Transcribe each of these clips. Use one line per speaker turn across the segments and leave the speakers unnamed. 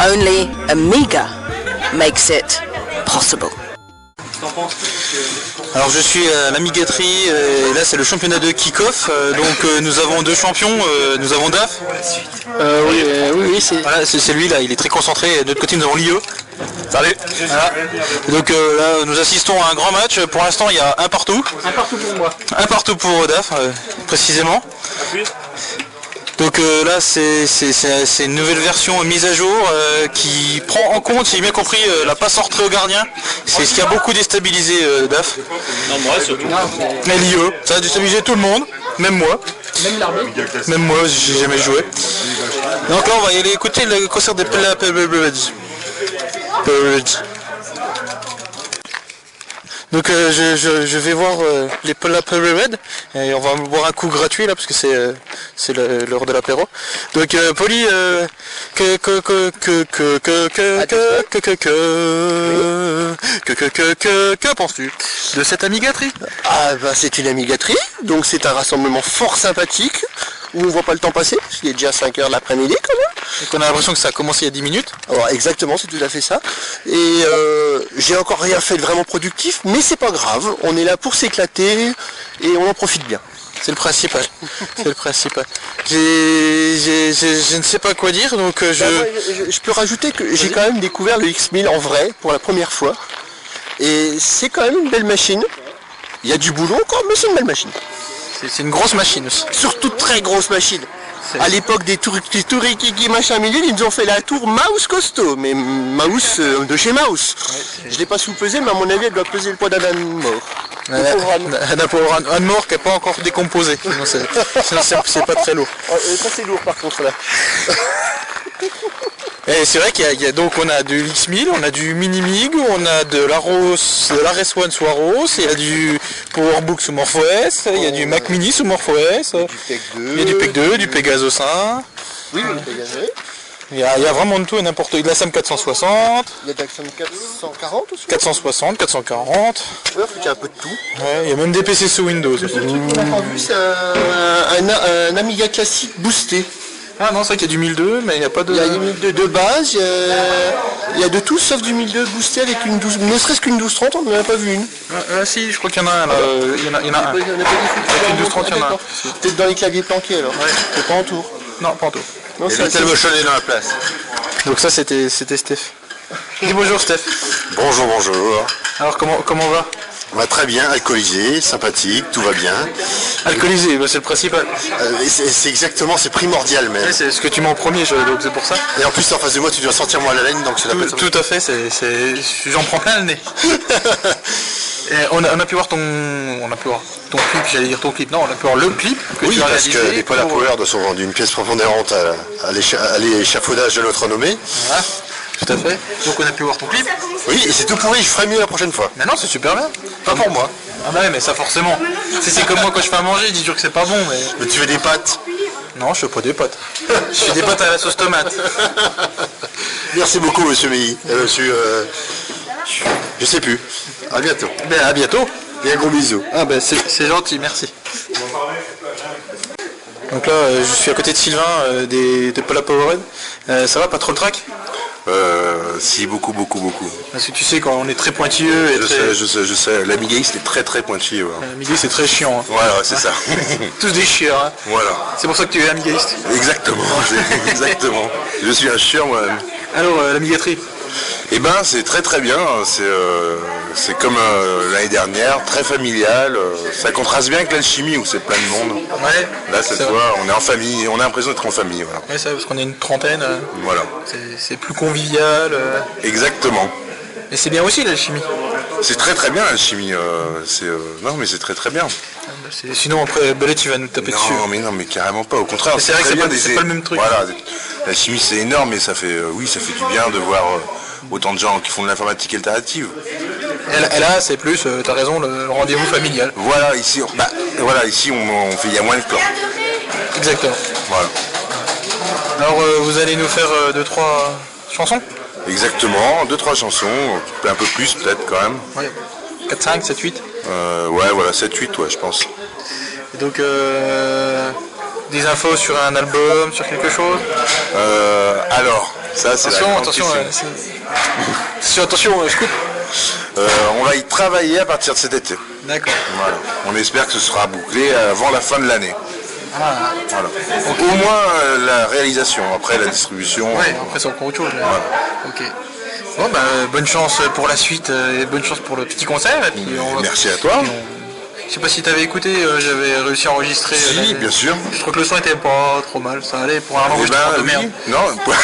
Only Amiga makes it possible.
Alors je suis euh, à la Migaterie euh, et là c'est le championnat de kick-off. euh, Donc euh, nous avons deux champions, euh, nous avons Daf.
Euh, oui, euh, oui, oui, c'est.
Voilà, c'est c'est lui là, il est très concentré. Et de l'autre côté nous avons l'IE. Salut. Voilà. Donc euh, là nous assistons à un grand match. Pour l'instant il y a un partout.
Un partout pour moi.
Un partout pour Daf euh, précisément. Donc euh, là c'est- c'est c'est- c'est une nouvelle version mise à jour euh, qui prend en compte, si j'ai bien compris, euh, la passe entrée au gardien. C'est ce qui a beaucoup déstabilisé euh, Daf.
Non, moi surtout.
Mais l'IE, ça a déstabilisé tout le monde, même moi.
Même l'armée.
Même moi, j'ai jamais joué. Donc là, on va y aller écouter le concert des Pla- Pla- Pla- Pla- Pla- Donc euh, je, je- je vais voir euh, les Pla- Pla- Pla- Red et on va boire un coup gratuit là parce que c'est euh, c'est le- l'heure de l'apéro. Donc euh, Polly, euh, que que que que que que que que que que que que que que que penses-tu de cette amigaterie
Ah bah c'est une amigaterie, donc c'est un rassemblement fort sympathique, où on voit pas le temps passer, parce qu'il est déjà 5h l'après-midi quand même.
On a l'impression que ça a commencé il y a 10 minutes.
Alors exactement, c'est tout à fait ça. Et euh, j'ai encore rien fait de vraiment productif, mais c'est pas grave, on est là pour s'éclater et on en profite bien.
C'est le principal. C'est le principal. J'ai, j'ai- j'ai- je ne sais pas quoi dire, donc euh, je.
Bah, moi, je, je- je peux rajouter que j'ai quand même découvert le X1000 en vrai pour la première fois. Et c'est quand même une belle machine. Il y a du boulot encore, mais c'est une belle machine.
C'est, c'est une grosse machine aussi.
Surtout très grosse machine.
C'est-
À l'époque des tour- des Tourikiki machin minute, ils nous ont fait la tour Mouse costaud, mais Mouse euh, de chez Mouse. je l'ai pas sous-pesé, mais à mon avis, elle doit peser le poids d'un âne mort.
Voilà. Un pauvre âne- âne mort qui n'est pas encore décomposé. Sinon c'est, sinon c'est- c'est pas très lourd.
Oh, euh, ça c'est lourd par contre là.
Et c'est vrai qu'il y a, il y a- donc on a de l'X1000, on a du Mini Mig, on a de l'Aros, de l'RS1 sous Aros, il y a du PowerBook sous MorphOS, il y a du Mac Mini sous MorphOS,
PEC 2.
il y a Oh. du PEC 2, du Pegasus 1,
Oui, le Pegasus.
il y a, il y a vraiment de tout et n'importe quoi. De la SAM 460,
Il y a Daxon 440 aussi.
460, 440.
Ouais, en fait, il y a un peu de tout.
Ouais, il y a même des PC sous Windows.
On n'a pas vu, c'est un, un- un Amiga classique boosté.
Ah non, c'est vrai qu'il y a du 1002, mais il n'y a pas de...
Il y a du 1002 de base, il y a, il y a de tout sauf du 1002 boosté avec une 12, ne serait-ce qu'une 1230, on n'en a pas vu une.
Ah, ah, si, je crois qu'il y en a un, là. Euh, Il y en a, il y en a un.
Ouais, il y en a pas du tout.
Avec une 1230, il y en a un.
D'accord. Peut-être dans les claviers planqués alors. C'est pas en tour.
Non, Panto.
Non, c'est- c'est-
est dans la place. Donc ça, c'était c'était Steph. Dis bonjour, Steph.
Bonjour, bonjour.
Alors, comment, comment on va
Bah, très bien, alcoolisé, sympathique, tout va bien.
Alcoolisé, bah, c'est le principal.
Euh, et c'est c'est exactement, c'est primordial
Ouais,
même.
c'est ce que tu m'as en premier, je- donc c'est pour ça.
Et en plus, en face de moi, tu dois sentir moi la laine, donc c'est la
Tout, tout à fait, c'est- c'est- j'en prends plein le nez. Et on, a, on a pu voir ton, on a pu voir ton clip, j'allais dire ton clip, non, on a pu voir le clip que
Oui,
tu as
parce
réalisé.
que les poils à
pour- euh,
Power sont vendus une pièce prépondérante à, à l'écha- à l'échafaudage de notre nommé.
Voilà, tout à fait. Donc on a pu voir ton clip.
Oui, et c'est tout pourri, je ferai mieux la prochaine fois.
Mais non, c'est super bien.
Pas pour moi.
Ah bah ouais, mais ça forcément. Si c'est comme moi quand je fais à manger, je dis toujours que c'est pas bon, mais...
Mais tu veux des pâtes
Non, je fais pas des pâtes. Je fais des pâtes à la sauce tomate.
Merci beaucoup, monsieur Meilly. Euh, monsieur. euh, je sais plus. À bientôt.
Ben à bientôt.
Et un gros bisou.
Ah ben c'est c'est gentil, merci. Donc là, euh, je suis à côté de Sylvain euh, des, de Pala Powerhead. Euh, ça va, pas trop le trac
Euh, si, beaucoup, beaucoup, beaucoup.
Parce que tu sais, quand on est très pointilleux et
Je
très...
sais, je sais, je sais. L'Amiga X, c'est très, très pointilleux. ouais.
Euh, Midi, c'est très chiant. hein.
Voilà, c'est ça.
Tous des chieurs. hein.
voilà.
C'est pour ça que tu es amigaïste.
Exactement. j'ai- Exactement. Je suis un chieur moi-même.
Alors, euh, l'amigaterie
Eh ben, c'est très, très bien. C'est euh, c'est comme euh, l'année dernière, très familial. Euh, Ça contraste bien avec l'alchimie où c'est plein de monde.
Ouais.
Là, cette
C'est vrai.
fois, on est en famille. On a l'impression d'être en famille. Voilà.
Ouais, ça, parce qu'on est une trentaine. euh,
Voilà.
c'est- c'est plus convivial. euh,
Exactement.
Mais c'est bien aussi l'alchimie.
C'est très, très bien l'alchimie. euh, c'est euh, Non, mais c'est très, très bien.
C'est- Sinon après Bellet il va nous taper dessus.
Non, mais non, mais carrément pas. Au contraire,
Mais c'est vrai que
très
c'est pas-
bien
c'est
des-
pas le même truc.
Voilà, la chimie c'est énorme, mais ça fait, euh, oui, ça fait du bien de voir euh, autant de gens qui font de l'informatique alternative.
Elle, elle a c'est plus, euh, t'as raison, le le rendez-vous familial.
Voilà, ici, on- bah, voilà, ici, on, on fait, il y a moins de corps.
Exactement.
Voilà,
Alors euh, vous allez nous faire euh, deux trois chansons
exactement. Deux, trois chansons, euh, un peu plus peut-être quand même.
Ouais. 4, 5, 7, 8.
Euh, ouais, voilà, 7, 8, ouais, je pense.
Et donc euh, des infos sur un album, sur quelque chose.
Euh, Alors, ça c'est la
Attention,
grande
attention,
question.
euh, c'est- Attention, attention, euh, je coupe.
Euh, on va y travailler à partir de cet été.
D'accord.
Voilà. On espère que ce sera bouclé avant la fin de l'année.
Ah.
Voilà. Donc, au moins euh, la réalisation, après la distribution.
Ouais, après c'est encore autre chose. mais- Ok. Bon, bah, euh, bonne chance pour la suite euh, et bonne chance pour le petit concert. et puis on va-
Merci à toi.
et on- Je sais pas si t'avais écouté, euh, j'avais réussi à enregistrer. euh,
Si,
la-
bien sûr.
Je crois que le son était pas trop mal, ça allait pour un
Eh ben,
enregistrement de
oui.
merde.
Non,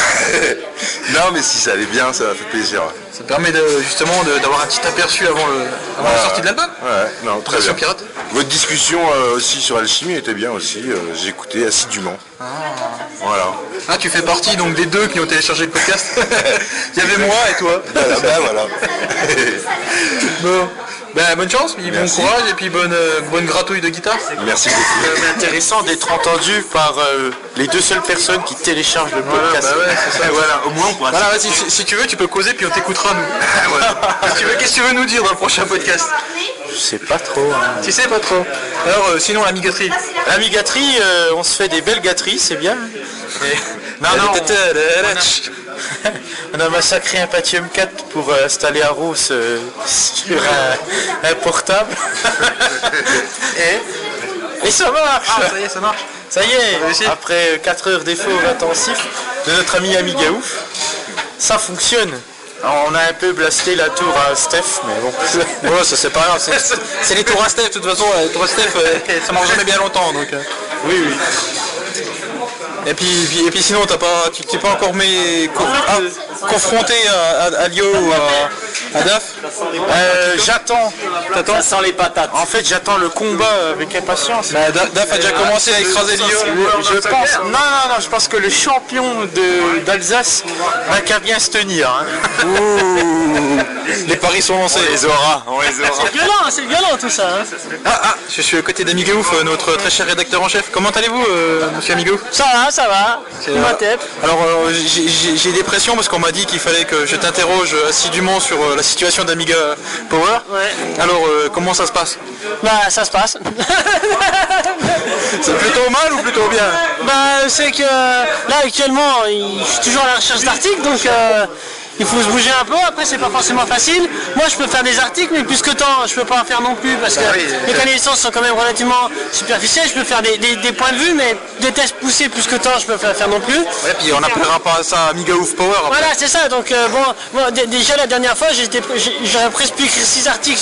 non, mais si ça allait bien, ça m'a fait plaisir.
Ça permet de- justement de- d'avoir un petit aperçu avant, le, avant la sortie de l'album.
Ah, Ouais, non, très
Version
bien.
pirate.
Votre discussion euh, aussi sur Alchimie était bien aussi. euh, J'ai écouté assidûment. Voilà.
Ah, tu fais partie donc des deux qui ont téléchargé le podcast. Il y avait moi et toi.
Voilà, ben voilà.
Bon. Ben, bonne chance, puis bon
Merci.
courage et puis bonne, euh, bonne gratouille de guitare.
Merci beaucoup.
C'est intéressant d'être entendu par euh, les deux seules personnes qui téléchargent le
Voilà,
podcast.
bah ouais, c'est ça.
Voilà, au moins on pourra
Voilà, vas-y, si, si tu veux, tu peux causer, puis on t'écoutera, nous. Qu'est-ce que tu veux- Qu'est-ce que tu veux nous dire dans le prochain podcast
Je sais pas trop. hein.
Tu sais pas trop. Alors, euh, sinon, la migaterie.
Ami gâterie, euh, on se fait des belles gâteries, c'est bien.
Non, non, on-
on, a, on a massacré un Pentium 4 pour euh, installer Arrows euh, sur un, un portable. et, et ça marche
Ah, ça y est, ça marche.
Ça y
réussi
est, après 4 heures d'efforts intensifs de notre ami ami Gaouf, ça fonctionne. Alors, on a un peu blasté la tour à Steph, mais bon.
Voilà, ça c'est pas grave. c'est- C'est les tours à Steph, de toute façon, les tours à Steph, euh, ça marche jamais bien longtemps, donc. euh.
Oui, oui.
Et puis, puis- et puis sinon, t'as pas, tu t'es pas encore mais, co- ah, confronté à, à- à Lio ou à, à Daf
Euh, j'attends. Ça sent les patates. En fait, j'attends le combat avec impatience.
Bah, Da- Daf a déjà commencé à écraser Lio.
Je pense. Non, non, non, je pense que le champion de- d'Alsace va qu'à bien se tenir. hein.
Les paris sont lancés.
Les aura, on les aura.
hein.
Ah, ah, je suis aux côtés d'Amigouf, euh, notre très cher rédacteur en chef. Comment allez-vous, euh, monsieur Amigouf
Ça va, ça va.
Euh, Alors, euh, j'ai- j'ai j'ai des pressions parce qu'on m'a dit qu'il fallait que je t'interroge assidûment sur euh, la situation d'Amiga Power.
Ouais.
Alors, euh, comment ça se passe
Bah, ça se passe.
C'est plutôt mal ou plutôt bien
bah, c'est que là, actuellement, il- je suis toujours à la recherche d'articles, donc euh, il faut se bouger un peu. Après, c'est pas forcément facile. Moi, je peux faire des articles, mais plus que temps, je peux pas en faire non plus parce que
Ah oui.
mes connaissances sont quand même relativement superficielles. Je peux faire des, des- des points de vue, mais des tests poussés plus que temps, je peux pas faire non plus.
Ouais, puis on n'appellera pas ça Amiga Ouf Power. après.
Voilà, c'est ça. Donc, euh, bon, bon, dé- déjà la dernière fois, j'étais- j'ai- j'aurais presque pu écrire 6 articles,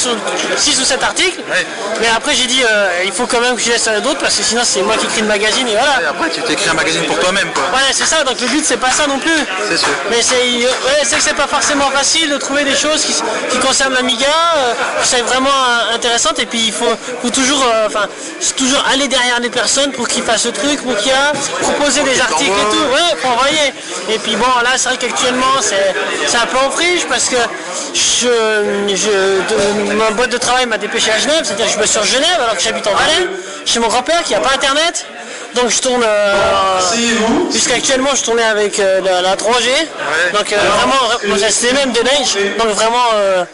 6 ou 7 articles.
Ouais.
Mais après, j'ai dit, euh, il faut quand même que je laisse à d'autres parce que sinon, c'est moi qui écris le magazine et voilà.
Et après, tu t'écris un magazine pour toi-même, quoi.
Voilà, c'est ça. Donc, le but, c'est pas ça non plus.
C'est sûr.
Mais c'est euh, ouais, c'est que c'est pas forcément facile de trouver des choses qui, s- qui concernent l'Amiga, euh, qui sont vraiment euh, intéressantes. Et puis, il faut, faut toujours, euh, enfin, c'est toujours aller derrière les personnes pour qu'ils fassent ce truc, pour qu'il y a, proposer des articles et tout. Ouais, pour envoyer. Et puis, bon, là, c'est vrai qu'actuellement, c'est c'est un peu en friche parce que je, je- de- ma boîte de travail m'a dépêché à Genève, c'est-à-dire que je me suis sur Genève alors que j'habite en Valais, chez mon grand-père qui n'a pas internet. Donc je tourne euh, jusqu'actuellement je tournais avec euh, la, la 3G. Donc euh, vraiment moi, c'était même de neige. Donc vraiment euh,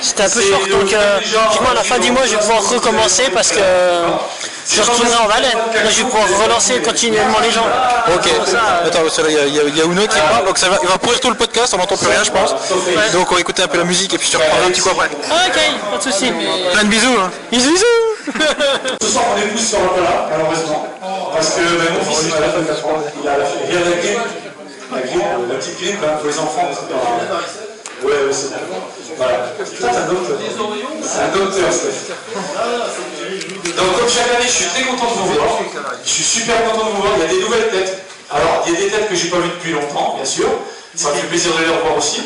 c'était un peu short. Donc euh, effectivement, à la fin du mois je vais pouvoir recommencer parce que euh, je retournerai en Valais. Donc, je vais pouvoir relancer continuellement les gens.
Ok. Attends, parce que là, il y a- il y, a- il y a Uno qui parle, donc ça va, il va pourrir tout le podcast, on n'entend plus rien, je pense. Donc, on va écouter un peu la musique et puis je te reprends un petit coup après.
Ok, pas de soucis.
Plein de bisous. hein.
Bisous bisous
Ce soir, on est tous sur le plat, malheureusement. Parce que ben, mon fils, il a la grippe. Il a la, il a la grippe. La grippe, euh, la petite grippe, hein, pour les enfants. c'est pas- Ouais, ouais, c'est bon. Voilà. Putain, t'as un docteur. C'est un docteur, Steph. Donc, comme chaque année, je suis très content de vous voir. Je suis super content de vous voir. Il y a des nouvelles têtes. Alors, il y a des têtes que j'ai pas vues depuis longtemps, bien sûr. Ça me fait plaisir de les revoir aussi.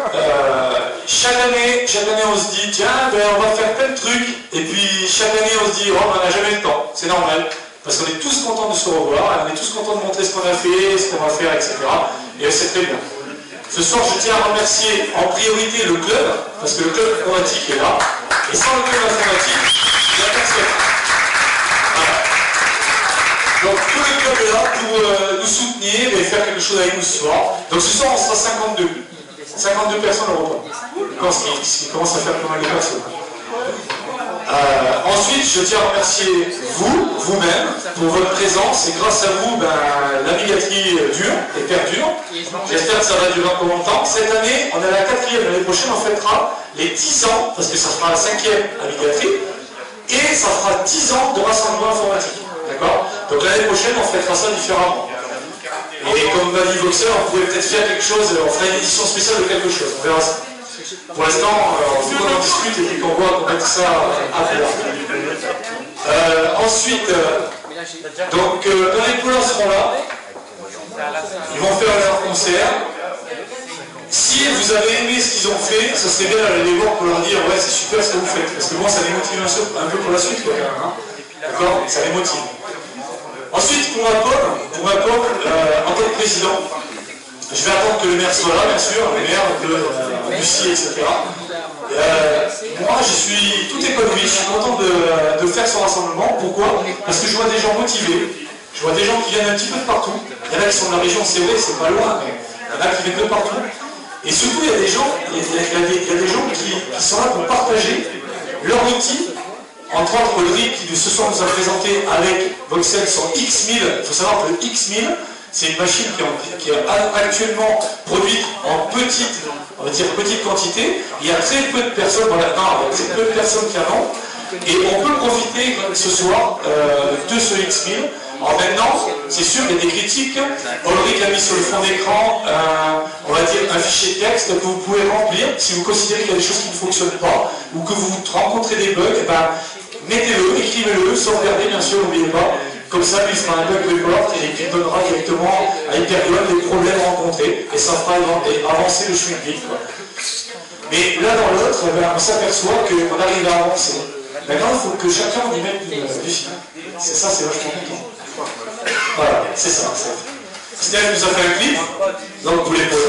Euh, chaque année, chaque année, on se dit tiens, ben, on va faire plein de trucs. Et puis chaque année, on se dit oh, ben, on n'a jamais le temps. C'est normal parce qu'on est tous contents de se revoir. On est tous contents de montrer ce qu'on a fait, ce qu'on va faire, etc. Et c'est très bien. Ce soir, je tiens à remercier en priorité le club parce que le club informatique est là. Et sans le club informatique, il n'y a personne. Donc tout le club est là pour euh, nous soutenir et faire quelque chose avec nous ce soir. Donc ce soir on sera 52. 52 personnes au repas. Quand- ce, qui, ce qui commence à faire pas mal de personnes. Euh, ensuite, je tiens à remercier vous, vous-même, pour votre présence. Et grâce à vous, ben, la bigatrie dure et perdure. J'espère que ça va durer encore longtemps. Cette année, on est à la quatrième. L'année prochaine, on fêtera les 10 ans, parce que ça sera la cinquième à bigatrie. Et ça fera 10 ans de rassemblement informatique. D'accord Donc l'année prochaine, on fêtera ça différemment. Et comme m'a dit Voxer, on pouvait peut-être faire quelque chose, on fera une édition spéciale de quelque chose, on verra ça. Pour l'instant, euh, on qu'on en discute et puis qu'on voit qu'on mette ça à plat. Euh, ensuite, euh, donc euh, quand les couleurs seront là, ils vont faire leur concert. Si vous avez aimé ce qu'ils ont fait, ça serait bien d'aller les voir pour leur dire ouais c'est super ce que vous faites, parce que moi ça les motive un peu- un peu pour la suite quoi quand même. hein. D'accord Ça les motive. Ensuite, pour ma pomme, pour ma pomme, euh, en tant que président, je vais attendre que le maire soit là, bien sûr, le maire, de, euh, Lucie, etc. Euh, moi, je suis tout épanoui, je suis content de, de faire ce rassemblement. Pourquoi Parce que je vois des gens motivés, je vois des gens qui viennent un petit peu de partout. Il y en a qui sont de la région, c'est vrai, c'est pas loin, mais il y en a qui viennent de partout. Et surtout, il y a des gens, il y a- il y a des- il y a des gens qui, qui sont là pour partager leur outil entre autres, le RIP qui ce soir nous a présenté avec Voxel son X1000, il faut savoir que le X1000, c'est une machine qui est, en- qui est a- actuellement produite en petite, on va dire petite quantité. Il y a très peu de personnes, voilà, non, il y a très peu de personnes qui en ont. Et on peut profiter ce soir euh, de ce X1000. En maintenant, c'est sûr, il y a des critiques. Ulrich a mis sur le fond d'écran, euh, on va dire, un fichier texte que vous pouvez remplir. Si vous considérez qu'il y a des choses qui ne fonctionnent pas ou que vous rencontrez des bugs, eh ben, mettez-le, écrivez-le, sauvegardez, bien sûr, n'oubliez pas. Comme ça, lui fera un bug report et il donnera directement à Hyperion les problèmes rencontrés et ça fera avan- et avancer le chemin de quoi. Mais l'un dans l'autre, eh ben, on s'aperçoit qu'on arrive à avancer. Maintenant, il faut que chacun y mette euh, du fil. C'est ça, c'est vachement important. Voilà, c'est ça. c'est- Steph nous a fait un clip, donc vous les polars.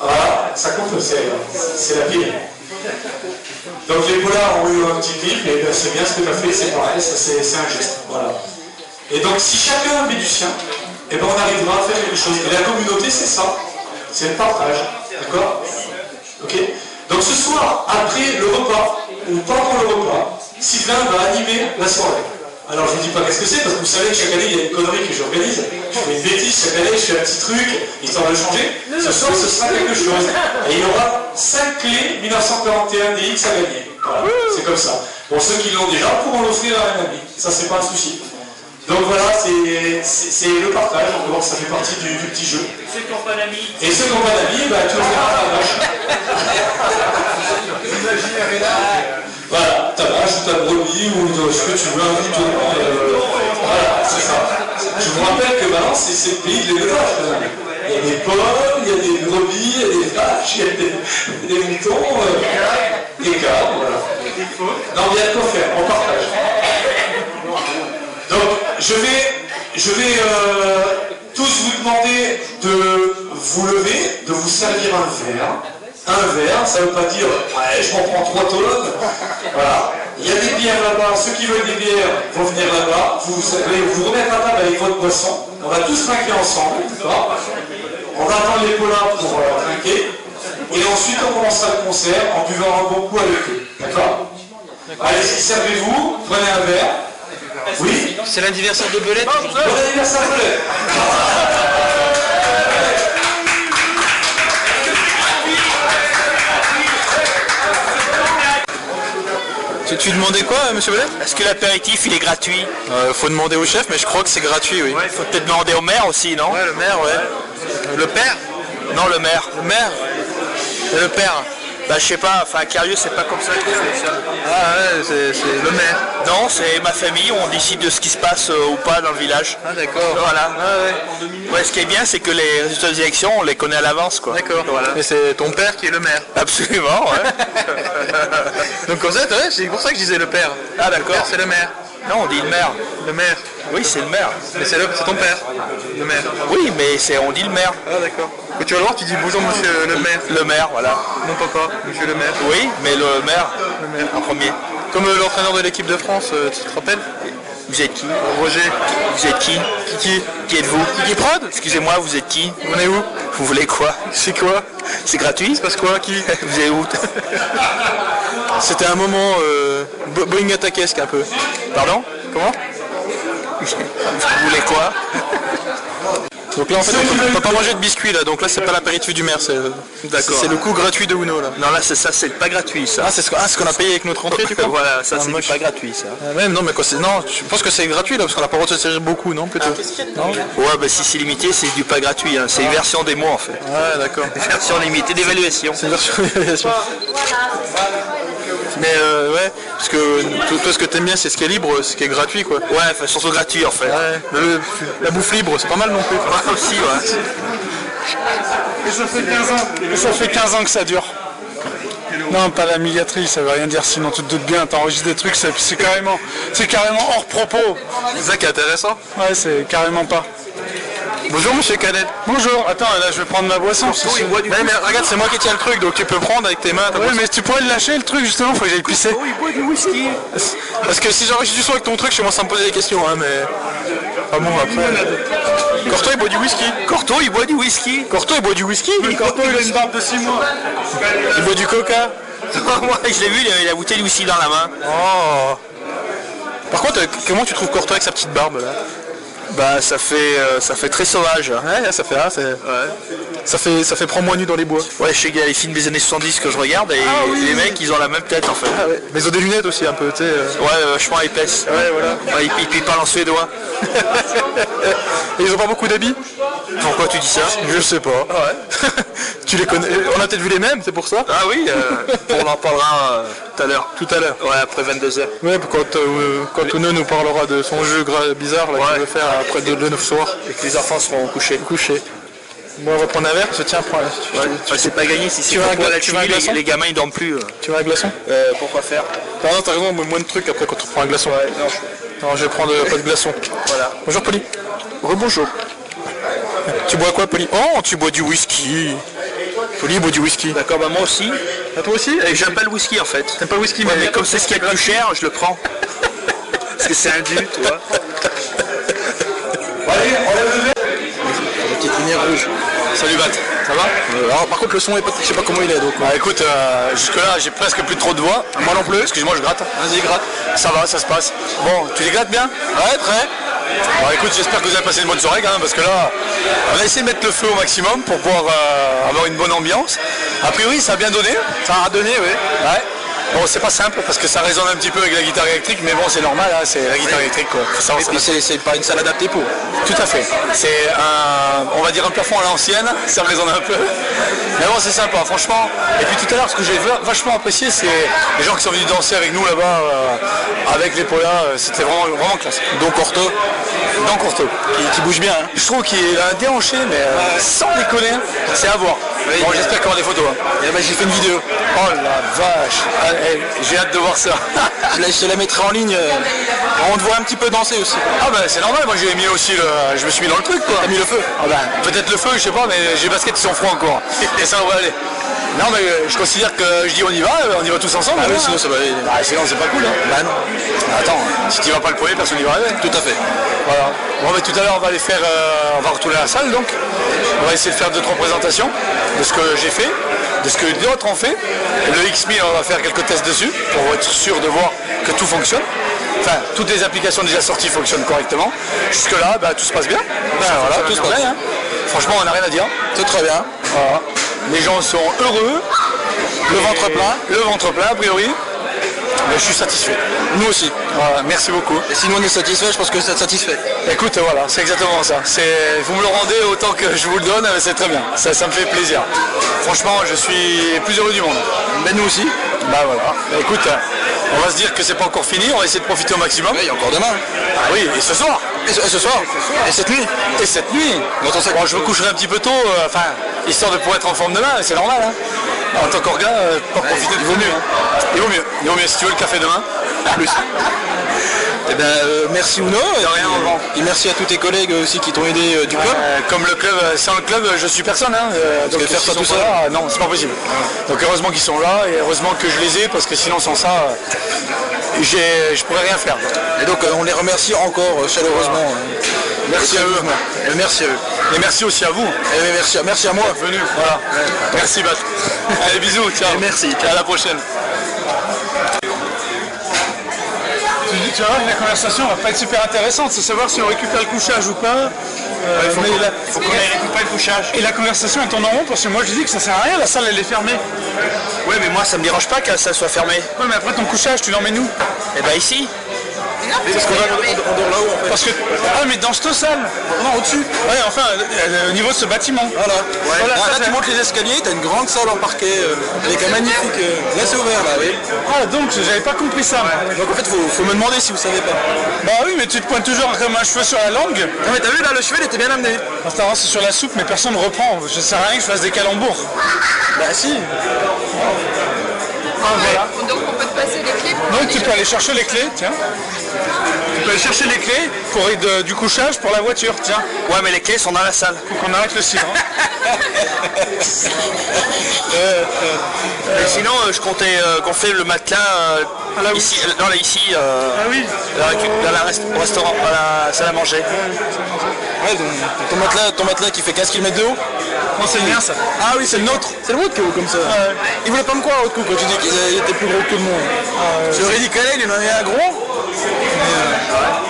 Voilà, ça compte, c'est hein. c'est la pile. Donc les polars ont eu un petit clip, et ben, c'est bien ce que tu as fait, c'est pareil, ça, c'est c'est un geste. Voilà. Et donc si chacun met du sien, et ben, on arrivera à faire quelque chose. Et la communauté, c'est ça. C'est le partage. D'accord Ok Donc ce soir, après le repas, ou pendant le repas, Sylvain va animer la soirée. Alors je vous dis pas qu'est-ce que c'est, parce que vous savez que chaque année il y a une connerie que j'organise. Je fais une bêtise chaque année, je fais un petit truc, histoire de changer. Ce soir, ce sera quelque chose. Et il y aura 5 clés 1941 DX à gagner. Voilà, c'est comme ça. Bon, ceux qui l'ont déjà pourront l'offrir à un ami. Ça, c'est pas un souci. Donc voilà, c'est- c'est c'est le partage. On va voir, ça fait partie du, du petit jeu. Et ceux qui n'ont pas d'amis, bah, tu leur feras ta vache. Voilà, ta vache ou ta brebis ou de- ce que tu veux, un mouton. euh, voilà, c'est ça. Je vous rappelle que Valence, c'est- c'est le pays de l'élevage. quand même. Il y a des pommes, il y a des brebis, il y a des vaches, il y a des, des moutons, euh, des câbles, voilà. Non, il y a de quoi faire, on partage. Donc, je vais, je vais euh, tous vous demander de vous lever, de vous servir un verre. Un verre, ça ne veut pas dire, ouais, je m'en prends trois tonnes. Voilà. Il y a des bières là-bas, ceux qui veulent des bières vont venir là-bas. Vous allez vous remettre à table avec votre boisson. On va tous trinquer ensemble, d'accord On attend les polars pour euh, trinquer. Et ensuite, on commencera le concert en buvant un bon coup avec eux, d'accord Allez-y, servez-vous, prenez un verre. Oui
C'est l'anniversaire de Belette.
Bon anniversaire, Colette.
Tu, tu demandais quoi, euh, monsieur Belette
Est-ce que l'apéritif il est gratuit
Euh, Faut demander au chef, mais je crois que c'est gratuit, oui.
Ouais, faut peut-être demander au maire aussi, non Euh,
Ouais, le maire, ouais. Le père
Non, le maire.
Le maire Le père.
Bah, je sais pas, enfin, Carieux, c'est pas comme ça qu'on fait ça.
Ah ouais, c'est c'est le maire.
Non, c'est ma famille, on décide de ce qui se passe euh, ou pas dans le village.
Ah d'accord.
Voilà.
Ah ouais.
Ouais, ce qui est bien, c'est que les résultats des élections, on les connaît à l'avance, quoi.
D'accord.
Voilà.
Et c'est ton père qui est le maire.
Absolument, ouais.
Donc comme ça, ouais, c'est pour ça que je disais le père.
Ah,
Le père,
d'accord.
c'est le maire.
Non, on dit le maire.
Le maire.
Oui, c'est le maire.
Mais c'est le- c'est ton père. Le maire.
Oui, mais c'est on dit le maire.
Ah d'accord. Quand tu vas le voir, tu dis bonjour monsieur le maire.
Le maire, voilà.
Non papa, monsieur le maire.
Oui, mais le maire, en premier.
Comme euh, l'entraîneur de l'équipe de France, euh, tu te rappelles
Vous êtes qui
Roger.
Vous êtes qui Qui Qui êtes-vous Qui Prod Excusez-moi, vous êtes qui
On est où
Vous voulez quoi
C'est quoi
C'est gratuit
Il se passe quoi Qui Vous avez où C'était un moment euh, bo- Boeing attaquesque un peu.
Pardon
Comment
Vous voulez quoi
Donc là en fait on peut, on peut pas manger de biscuits là, donc là c'est pas l'apéritif du maire, c'est euh,
D'accord.
c'est le coût gratuit de Uno là.
Non, là, c'est ça, c'est pas gratuit, ça.
Ah c'est ce qu'on ah, ce qu'on a payé avec notre entrée du coup
voilà, ça,
Ah,
c'est
moche.
pas gratuit, ça.
Euh, Même non mais quoi c'est. Non, je pense que c'est gratuit là parce qu'on a pas le droit de se servir beaucoup non plutôt. non
Ouais, bah si c'est limité, c'est du pas gratuit. hein. C'est une version des mots en fait.
Ouais Ah, d'accord.
Version limitée d'évaluation.
C'est une version d'évaluation. Mais euh, ouais, parce que toi, toi, ce que t'aimes bien c'est ce qui est libre, ce qui est gratuit quoi.
Ouais, enfin, surtout gratuit en fait.
Ouais, le- la bouffe libre, c'est pas mal non plus. quoi.
Ouais, aussi, ouais.
Et ça fait 15 ans, et ça fait 15 ans que ça dure. Non, pas la migratrice, ça veut rien dire, sinon tu te doutes bien, t'enregistres des trucs, c'est c'est carrément, c'est carrément hors propos.
C'est ça qui est intéressant.
Ouais, c'est carrément pas.
Bonjour monsieur Canet.
Bonjour, attends, là je vais prendre ma boisson. parce que c'est-
Ouais, mais regarde, c'est moi qui tiens le truc, donc tu peux prendre avec tes mains. ta
Ouais,
boisson.
mais tu pourrais le lâcher le truc justement, faut que j'aille pisser.
Parce que si j'enregistre du son avec ton truc, chez moi ça me poser des questions, hein, mais. Ah bon, après. Corto, il boit du whisky. Corto, il boit du whisky. Corto, il boit du whisky.
Corto, il a une barbe de 6 mois.
Il boit du coca.
Moi, je l'ai vu, il avait la bouteille aussi dans la main.
Oh. Par contre, euh, comment tu trouves Corto avec sa petite barbe là
Bah, ça fait, euh, ça fait très sauvage. hein.
Ouais, ça fait, ah, c'est- ça fait, ça fait prends-moi nu dans les bois. Ah
Ouais, je sais qu'il y a les films des années 70 que je regarde et les mecs, ils ont la même tête en fait.
Mais ils ont des lunettes aussi un peu, tu sais. euh.
Ouais, vachement épaisse.
Ouais, voilà.
Ouais, et puis, et puis ils parlent en suédois.
Et ils ont pas beaucoup d'habits
Pourquoi tu dis ça
Je sais pas. Ouais. tu les connais On a peut-être vu les mêmes, c'est pour ça
Ah oui, euh, on en parlera euh, tout à l'heure.
Tout à l'heure.
Ouais, après 22h.
Ouais, quand, euh, quand Ono nous parlera de son jeu gra- bizarre là, qu'il veut faire après de, de 9 soir.
Et que les enfants seront couchés.
Couché. Bon, on va prendre un verre, parce que tiens, prends, tu,
Ouais, ouais, c'est pas gagné si c'est
veux
pas
un
pour
gla-
la
tu veux un
chimie,
glaçon
les, les gamins ils dorment plus. euh.
tu veux un glaçon
Euh, pourquoi faire
Non, non, t'as raison, mais moins de trucs après quand on prend un glaçon. non, je... vais prendre euh, pas de glaçon.
Voilà.
Bonjour, Poli. Rebonjour. Tu bois quoi, Poli Oh, tu bois du whisky. Poli boit du whisky.
D'accord, bah moi aussi.
Ah, toi aussi
Et J'aime pas le whisky en fait.
T'aimes pas le whisky,
Ouais, mais comme c'est ce qui est le plus cher, je le prends. Parce que c'est un dû, tu vois.
Petite lumière rouge. Salut Bat, ça va Alors par contre le son est pas, je sais pas comment il est donc.
Bah écoute, euh, jusque-là, j'ai presque plus trop de voix. Moi non plus, excuse-moi, je gratte. Vas-y, gratte. Ça va, ça se passe. Bon, tu les grattes bien Ouais, très. Bon, écoute, j'espère que vous avez passé une bonne soirée quand même, parce que là, on a essayé de mettre le feu au maximum pour pouvoir euh, avoir une bonne ambiance. A priori, ça a bien donné. Ça a donné, oui. Ouais. Bon, c'est pas simple parce que ça résonne un petit peu avec la guitare électrique, mais bon, c'est normal, hein, c'est la guitare électrique quoi. Faut savoir s'adapter.
c'est pas une salle adaptée pour.
Tout à fait. C'est un, on va dire un plafond à l'ancienne, ça résonne un peu. Mais bon, c'est sympa, franchement. Et puis tout à l'heure, ce que j'ai va- vachement apprécié, c'est les gens qui sont venus danser avec nous là-bas, euh, avec les polas, euh, c'était vraiment, vraiment classe. Don Corto. Don Corto. Qui, bouge bien. hein. Je trouve qu'il a un déhanché, mais euh, sans déconner, c'est à voir. Bon, j'espère qu'on a des photos. Eh ben, j'ai fait une vidéo. Oh la vache. Ah, eh, j'ai hâte de voir ça.
je te la mettrai en ligne. On te voit un petit peu danser aussi.
euh. Ah bah c'est normal, moi j'ai mis aussi le. Je me suis mis dans le truc quoi. T'as mis le feu ah bah, Peut-être le feu, je sais pas, mais j'ai baskets qui sont froids encore. Et ça on va aller. Non mais euh, je considère que je dis on y va, euh, on y va tous ensemble. Ah sinon ça va aller. Bah sinon c'est pas cool hein. Bah non. Attends, si tu vas pas le premier, personne n'y va aller. Tout à fait. Voilà. Bon bah tout à l'heure on va aller faire. euh, on va retourner à la salle donc. On va essayer de faire deux trois présentations de ce que j'ai fait, de ce que d'autres ont fait. Le X1000 on va faire quelques tests dessus pour être sûr de voir que tout fonctionne. Enfin, toutes les applications déjà sorties fonctionnent correctement. Jusque-là, bah, tout se passe bien. Ben, voilà, tout se passe bien. hein. Franchement, on n'a rien à dire.
Tout très bien.
Voilà. Les gens sont heureux. Le ventre plein. Le ventre plein, a priori. Mais je suis satisfait.
Nous aussi.
Voilà, merci beaucoup.
Et sinon on est satisfait, je pense que ça te satisfait.
Écoute, voilà, c'est exactement ça. C'est- Vous me le rendez autant que je vous le donne, c'est très bien. Ça, ça me fait plaisir. Franchement, je suis plus heureux du monde. Mais nous aussi. Bah voilà. Bah, écoute, on va se dire que c'est pas encore fini. On va essayer de profiter au maximum.
Il y a encore demain.
Ah oui, et ce soir
Et ce, et ce soir Et cette nuit
Et cette nuit
Dans ton sac.
Bon, je me coucherai un petit peu tôt, euh, enfin, histoire de pouvoir être en forme demain, c'est normal. hein. En tant qu'orga, euh, pour profiter de vaut mieux. Il vaut mieux. Il vaut mieux si tu veux le café demain. Plus.
Eh ben, euh, merci Uno. Et, euh,
rien, au revoir.
et merci à tous tes collègues aussi qui t'ont aidé euh, du club.
Euh, comme le club, euh, sans le club, euh, je suis personne. Hein, euh, donc
que faire
s'ils
ça tout
sont pas
seul. Ah.
là, euh, Non, c'est pas possible. Donc heureusement qu'ils sont là et heureusement que je les ai parce que sinon sans ça, euh, j'ai- je pourrais rien faire.
Et donc euh, on les remercie encore euh, chaleureusement. euh,
Merci à eux.
Et merci à eux. Et merci aussi à vous. Et merci, merci à moi. Venu. Voilà. Merci Bat. Allez bisous. Ciao. merci. À la prochaine.
Tu dis, tu vas voir que la conversation va pas être super intéressante, c'est savoir si on récupère le couchage ou pas. Euh,
Ouais, faut
mais
qu'on-
la-
faut qu'on aille récupérer le couchage.
Et la conversation elle tourne en rond parce que moi je dis que ça sert à rien, la salle elle est fermée.
Ouais, mais moi ça me dérange pas que ça soit fermé.
Ouais, mais après ton couchage, tu l'emmènes où
Et bah ici.
parce qu'on dort là-haut en fait. Parce que, ah, mais dans cette salle Non, au-dessus Ouais, enfin, euh, euh, au niveau de ce bâtiment. Ah, Voilà.
Là, là, tu montes
les escaliers, t'as une grande salle en parquet. euh, avec un magnifique. euh, Là, c'est ouvert, là, oui. Ah, donc, j'avais pas compris ça. Donc, en fait, faut, me demander si vous savez pas. Bah oui, mais tu te pointes toujours comme un cheveu sur la langue. Non, mais t'as vu, là, le cheveu, il était bien amené. Attends, c'est sur la soupe, mais personne ne reprend. Je sert à rien que je fasse des calembours. Bah, si. Ah, voilà.
Donc on peut te passer les clés pour
Donc tu peux aller chercher les clés, tiens. Tu peux aller chercher les clés pour, de- du couchage pour la voiture, tiens. Ouais, mais les clés sont dans la salle. Faut qu'on arrête le cidre. hein.
Euh, Mais sinon, euh, je comptais euh, gonfler le matelas euh,
Ah,
ici, euh, non, là, ici, euh, dans, la, cu- dans la rest- au restaurant, dans la salle à manger.
Ouais, donc, ton matelas, ton matelas qui fait 15 km de haut
Non, c'est le mien, ça.
Ah oui, c'est le nôtre. C'est le vôtre qui est haut comme ça. Il voulait pas me croire, l'autre coup, quand tu dis qu'il euh, il était plus gros que tout le monde. J'aurais dit qu'elle, il en avait un gros.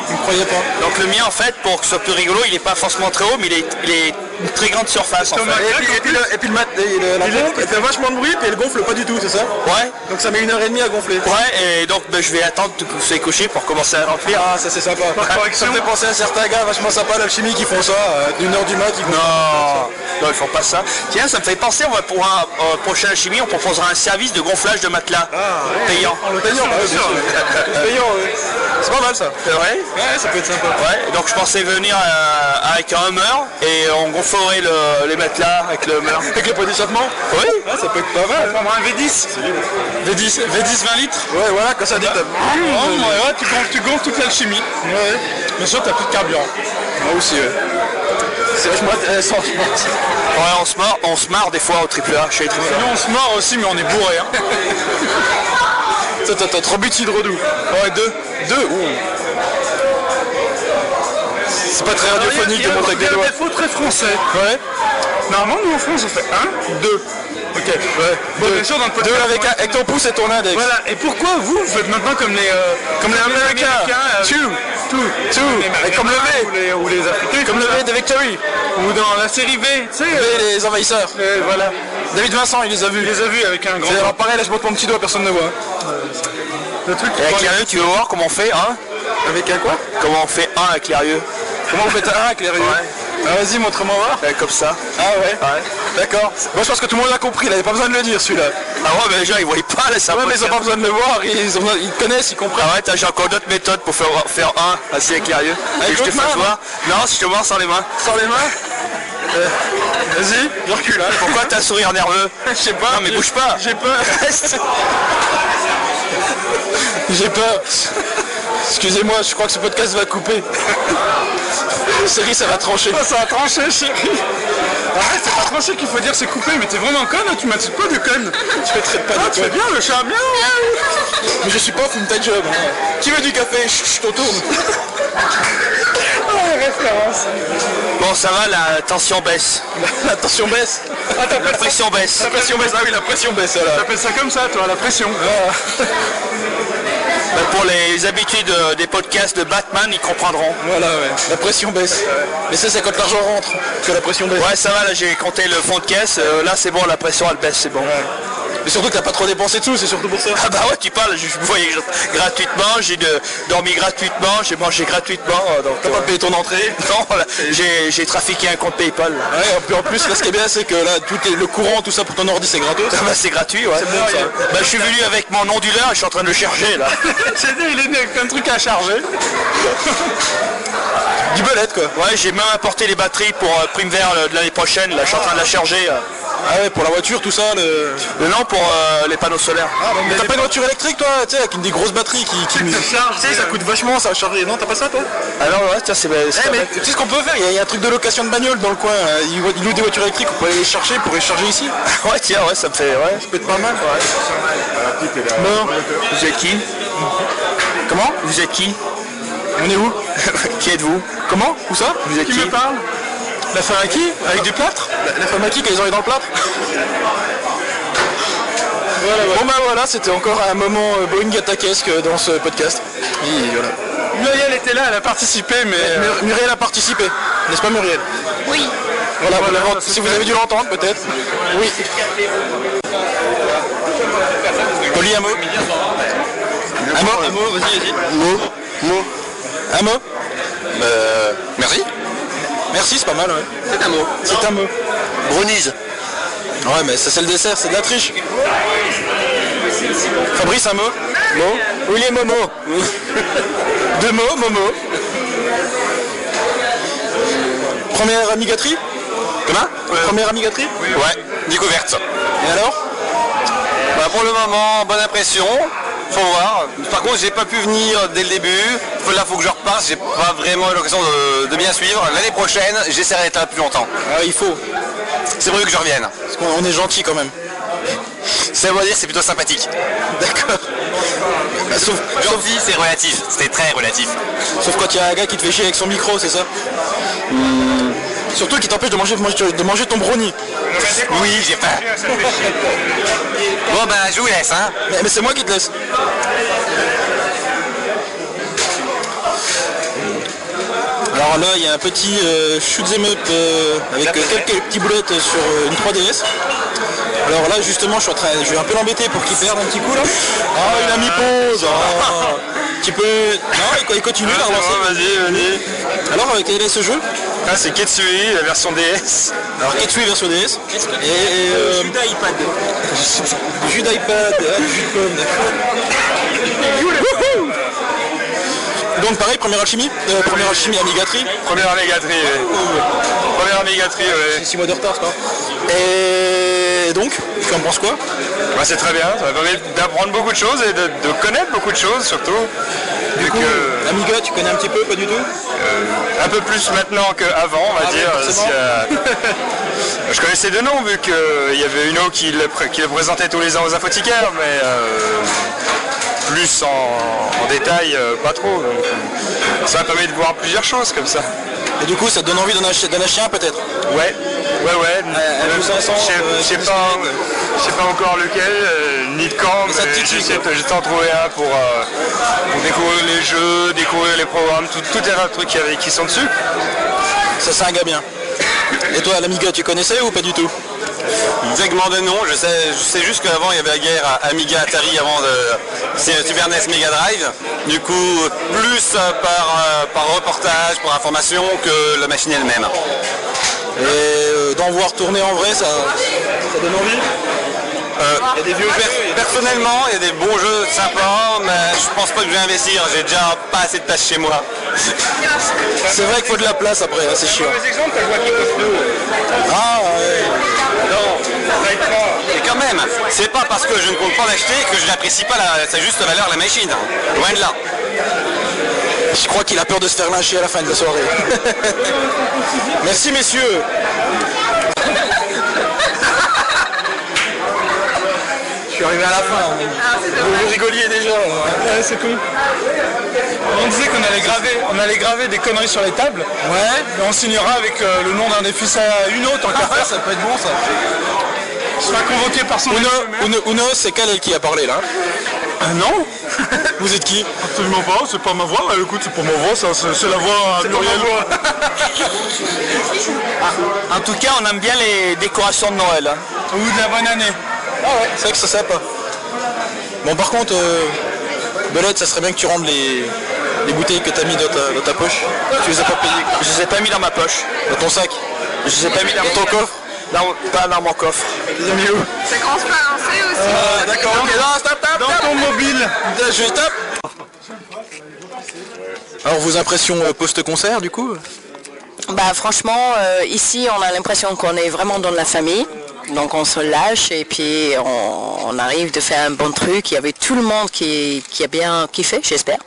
Vous ne croyez pas Donc le mien, en fait, pour que ce soit plus rigolo, il n'est pas forcément très haut, mais il est, il est une très grande surface. En fait.
Et puis, et puis le- et puis le mat, et le- la pompe, elle fait vachement de bruit, puis elle gonfle pas du tout, c'est ça
Ouais.
Donc ça met une heure et demie à gonfler.
Ouais, et donc ben, je vais attendre que vous soyez couché pour commencer à remplir.
Ah, ça c'est sympa. Ça me fait penser à certains gars vachement sympas, l'alchimie, qui font ça, d'une heure du mat, qui
Non, non, ils font pas ça. Tiens, ça me fait penser, on va pour un euh, prochain alchimie, on proposera un service de gonflage de matelas
Ah,
payant.
Payant, bien sûr. Payant, ouais.
C'est pas mal ça. C'est vrai
Ouais, ça peut être sympa.
Ouais, donc je pensais venir euh, avec un hummer et on gonflerait le- les matelas avec le hummer.
Avec le pot d'échappement
Oui
Ah,
Ça peut être pas mal.
Prends un V10. V10, V10 20 litres.
Ouais, voilà, quand ça dit.
Oh, ouais, ouais, tu gonfles, tu gonfles toute l'alchimie. Ouais. Bien sûr, t'as plus de carburant.
Moi aussi, ouais. C'est vachement intéressant, je pense.
Ouais, on se marre, on se marre des fois au triple A, chez les triple
Nous, on se marre aussi, mais on est bourré. Hein.
Toi, t'as 3 buts Ah de redoux.
Ouais, deux. Deux.
C'est pas très radiophonique de monter avec des
Ah Il y a
doigts.
un défaut très français. Ouais. Normalement, nous en France, on fait un, deux. Ok, ouais. Bon, bien sûr, dans le podcast,
Deux
on-
avec, un, avec ton pouce et ton index.
Voilà, et pourquoi vous, vous faites maintenant comme les, euh, comme les Américains, euh,
Two.
tout,
Two.
les
Et comme le V.
Ou les, ou les Africains,
Comme le
tout ça.
V de Victory.
Ou dans la série V, tu sais.
V, les envahisseurs.
euh, voilà.
David Vincent, il les a vus.
Il les a vus avec un grand.
C'est- Alors pareil, là je monte mon petit doigt, personne ne voit.
Le truc.
Et avec les yeux, tu veux voir comment on fait un
Avec un quoi
Comment on fait un avec les yeux
Comment on fait un avec les rayons Ah, Vas-y, montre-moi voir.
Ouais, Comme ça.
Ah ouais D'accord. Moi je pense que tout le monde l'a compris, il avait pas besoin de le dire celui-là.
Ah ouais, mais les gens ils voyaient pas là, ça
Ouais, mais ils ont pas besoin de le voir, ils, ont- ils connaissent, ils comprennent.
Ah ouais, t'as- j'ai encore d'autres méthodes pour faire, faire un assez avec les yeux.
Avec
Et je te
l'autre
fasse
main,
voir. Non, si je te vois sans les mains.
Sans les mains Euh, Vas-y, je recule. hein.
Pourquoi t'as un sourire nerveux
Je sais pas.
Non, mais bouge pas.
J'ai peur.
Reste.
J'ai peur. Excusez-moi, je crois que ce podcast va couper. Série, ça va trancher.
Ah, ça a tranché, chérie. Arrête, c'est pas tranché qu'il faut dire, c'est coupé, mais t'es vraiment conne, hein, tu m'as dit quoi de conne
Tu me traites pas
Ah,
de
tu fais
toi.
bien le chat, bien
Mais je suis pas, fume ta job. hein. Qui veut du café Chut, chut, on tourne.
Bon, ça va, la tension baisse.
La tension baisse.
Ah,
La
t'appelles
pression baisse.
La pression baisse. Ah oui, la pression baisse alors. Ah.
t'appelles ça comme ça, toi, la pression.
Ben, pour les habitudes euh, des podcasts de Batman, ils comprendront.
Voilà, ouais. La pression baisse. Mais ça, c'est quand l'argent rentre que la pression baisse.
Ouais, ça va, là j'ai compté le fond de caisse. Euh, là, c'est bon, la pression elle baisse, c'est bon.
Mais surtout que t'as pas trop dépensé de sous, c'est surtout pour ça.
Ah bah ouais, tu parles, je me voyais gr- gratuitement, j'ai de- dormi euh, gratuitement, j'ai mangé gratuitement. euh, donc,
T'as
euh,
pas payé ton entrée.
non, là, j'ai j'ai trafiqué un compte PayPal. là.
Ouais, et puis en plus, là, ce qui est bien, c'est que là, tout est- le courant, tout ça pour ton ordi, c'est gratos.
Ah bah, c'est gratuit, ouais.
bon, ça.
Bah, je suis venu avec mon onduleur et je suis en train de le charger là.
J'ai dit, il est né avec un truc à charger.
Du belette, quoi.
Ouais, j'ai même apporté les batteries pour euh, Prime Vert euh, de l'année prochaine, là je suis en train de la charger. euh.
Ah ouais, pour la voiture, tout ça, le...
Mais non, pour euh, les panneaux solaires.
Mais t'as pas une voiture électrique, toi, tu sais, avec une des grosses batteries qui... qui...
charge,
Tu sais, ça coûte vachement, ça, à charger. Non, t'as pas ça, toi
Alors ouais, tiens, c'est c'est
Eh,
pas
mais
bête.
tu sais ce qu'on peut faire Il y a- il y, a un truc de location de bagnole dans le coin. euh, Ils vo- ils louent des voitures électriques, on peut aller les chercher pour les charger ici.
Ouais, tiens, ouais, ça me fait. Ouais.
Ça peut être pas mal. Bon,
Vous êtes qui
comment
Vous êtes qui
On est où
Qui êtes-vous
Comment Où ça
Vous êtes qui
Qui me parle
La femme à qui Avec du plâtre la, femme à qui qu'elles ont eu dans le plâtre Bon bah voilà, c'était encore un moment euh, Boeing attaquesque euh, dans ce podcast. Et voilà. Muriel était là, elle a participé, mais... euh, Muriel a participé, n'est-ce pas Muriel Oui. Voilà, vous l'avez- si vous avez dû l'entendre peut-être. Oui. Poli, un mot Un mot, un mot, vas-y, vas-y. Mot, mot. Un mot Merci. Merci, c'est pas mal, ouais. C'est un mot. C'est un mot. Brunise. Ouais, mais ça c'est le dessert, c'est de la triche. Fabrice, un mot Mot Oui, les Momo. Deux mots, Momo. Première amigatrie Comment Première amigatrie Euh, Ouais, découverte. Et alors
Bah, pour le moment, bonne impression. Faut voir. Par contre, j'ai pas pu venir dès le début. Faut- Là, faut que je repasse. J'ai pas vraiment eu l'occasion de, de bien suivre. L'année prochaine, j'essaierai d'être là plus longtemps. il faut. C'est pour mieux que je revienne.
Ah, Parce qu'on on est gentil quand même.
C'est à dire, c'est plutôt sympathique. Bah,
D'accord.
Sauf, gentil, c'est relatif. C'était très relatif.
Sauf quand il y a un gars qui te fait chier avec son micro, c'est ça Hmm. Surtout qui t'empêche de manger, de manger ton brownie.
Oui, j'ai faim. bon, bah, je vous laisse, hein.
Mais, mais c'est moi qui te laisse. Alors là, il y a un petit euh, shoot 'em up euh, avec euh, quelques petits boulettes sur euh, une 3DS. Alors là, justement, je suis en train, je vais un peu l'embêter pour qu'il perde un petit coup là. Ah, il a mis pause. ah. Tu peux. Non, il- il continue à relancer. Vas-y, vas-y. Alors, euh, quel est ce jeu Ah, c'est Ketsui, la version DS. Alors, Ketsui version DS. Et, euh,
iPad.
Jus d'iPad, ah, du jus de pomme, d'accord. Wouhou Donc pareil, première alchimie Euh, Première alchimie amigatrie Première amigatrie, Première amigatrie, C'est 6 mois de retard, c'est pas grave. Et donc, tu en penses quoi
Bah, c'est très bien, ça m'a permis d'apprendre beaucoup de choses et de, de connaître beaucoup de choses surtout.
Du coup, Amiga, tu connais un petit peu, pas du tout
Un peu plus maintenant qu'avant, on va
Ah oui,
dire.
forcément.
euh, je connaissais deux noms vu qu'il y avait Uno qui le, pré- qui le présentait tous les ans aux apothicaires, mais euh, plus en, en détail, euh, pas trop. donc, euh, ça m'a permis de voir plusieurs choses comme ça.
Et du coup, ça te donne envie d'en acheter, d'en acheter un peut-être
Ouais, ouais, ouais.
un
euh,
500,
je sais-
euh,
je sais pas, je sais pas encore lequel, euh, ni de quand, mais j'essaie de- j'essaie d'en trouver un pour, euh, pour découvrir les jeux, découvrir les programmes, tout, tout un tas de trucs qui, qui sont dessus.
Ça, c'est un gars bien. Et toi, l'Amiga, tu connaissais ou pas du tout
Vaguement de nom, je sais, je sais juste qu'avant il y avait la guerre à Amiga Atari avant de c'est euh, Super NES Mega Drive. Du coup, plus euh, par, euh, par reportage, par information que la machine elle-même.
Et euh, d'en voir tourner en vrai, ça, ça donne envie
Euh,
Ah,
per- personnellement, il y a des bons jeux sympas, mais je pense pas que je vais investir. J'ai déjà pas assez de place chez moi.
C'est vrai qu'il faut de la place après, là, c'est chiant. Ah ouais.
Et quand même, c'est pas parce que je ne compte pas l'acheter que je n'apprécie pas la- sa juste valeur la machine. Loin de là.
Je crois qu'il a peur de se faire lyncher à la fin de la soirée. Merci messieurs. Je suis arrivé à la fin. Vous, vous rigoliez déjà.
Ouais, c'est cool.
On disait qu'on allait graver, on allait graver des conneries sur les tables. Ouais. Ah,
on signera avec euh, le nom d'un des fils à Uno, tant qu'à faire, ça peut être bon ça.
Je serai convoqué par son Uno, Uno, Uno, c'est Kalel qui a parlé là. non Vous êtes qui
Euh, Absolument pas, c'est pas ma voix, mais écoute, c'est pour ma voix, ça, c'est c'est la voix à Muriel.
En tout cas, on aime bien les décorations de Noël.
Ou de la bonne année. hein. Ah ouais, c'est vrai que c'est sympa. Bon par contre, euh, Belote, ça serait bien que tu rendes les, les bouteilles que t'as mis dans ta, dans ta poche. Tu les as pas payées. Je les ai pas mis dans ma poche. Dans ton sac Je les ai pas mis dans ton coffre Non, pas dans mon coffre. mis où Ah,
C'est transparencé aussi.
D'accord, ok, non, stop, stop, Dans ton mobile Je tape Alors vos impressions euh, post-concert du coup
Bah franchement, euh, ici on a l'impression qu'on est vraiment dans la famille. Donc on se lâche et puis on, on arrive de faire un bon truc. Il y avait tout le monde qui, qui a bien kiffé, j'espère.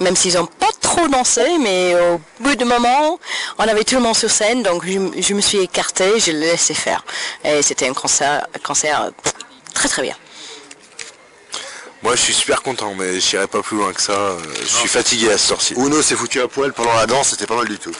Même s'ils n'ont pas trop dansé, mais au bout de moment, on avait tout le monde sur scène. Donc je, m- je me suis écartée, je l'ai laissé faire. Et c'était un concert, un concert euh, pff, très très bien.
Moi je suis super content mais j'irai
Euh,
pas plus loin que ça. Je suis fatigué à ce sorcier. Uno s'est foutu à poil pendant la danse, c'était pas mal du tout.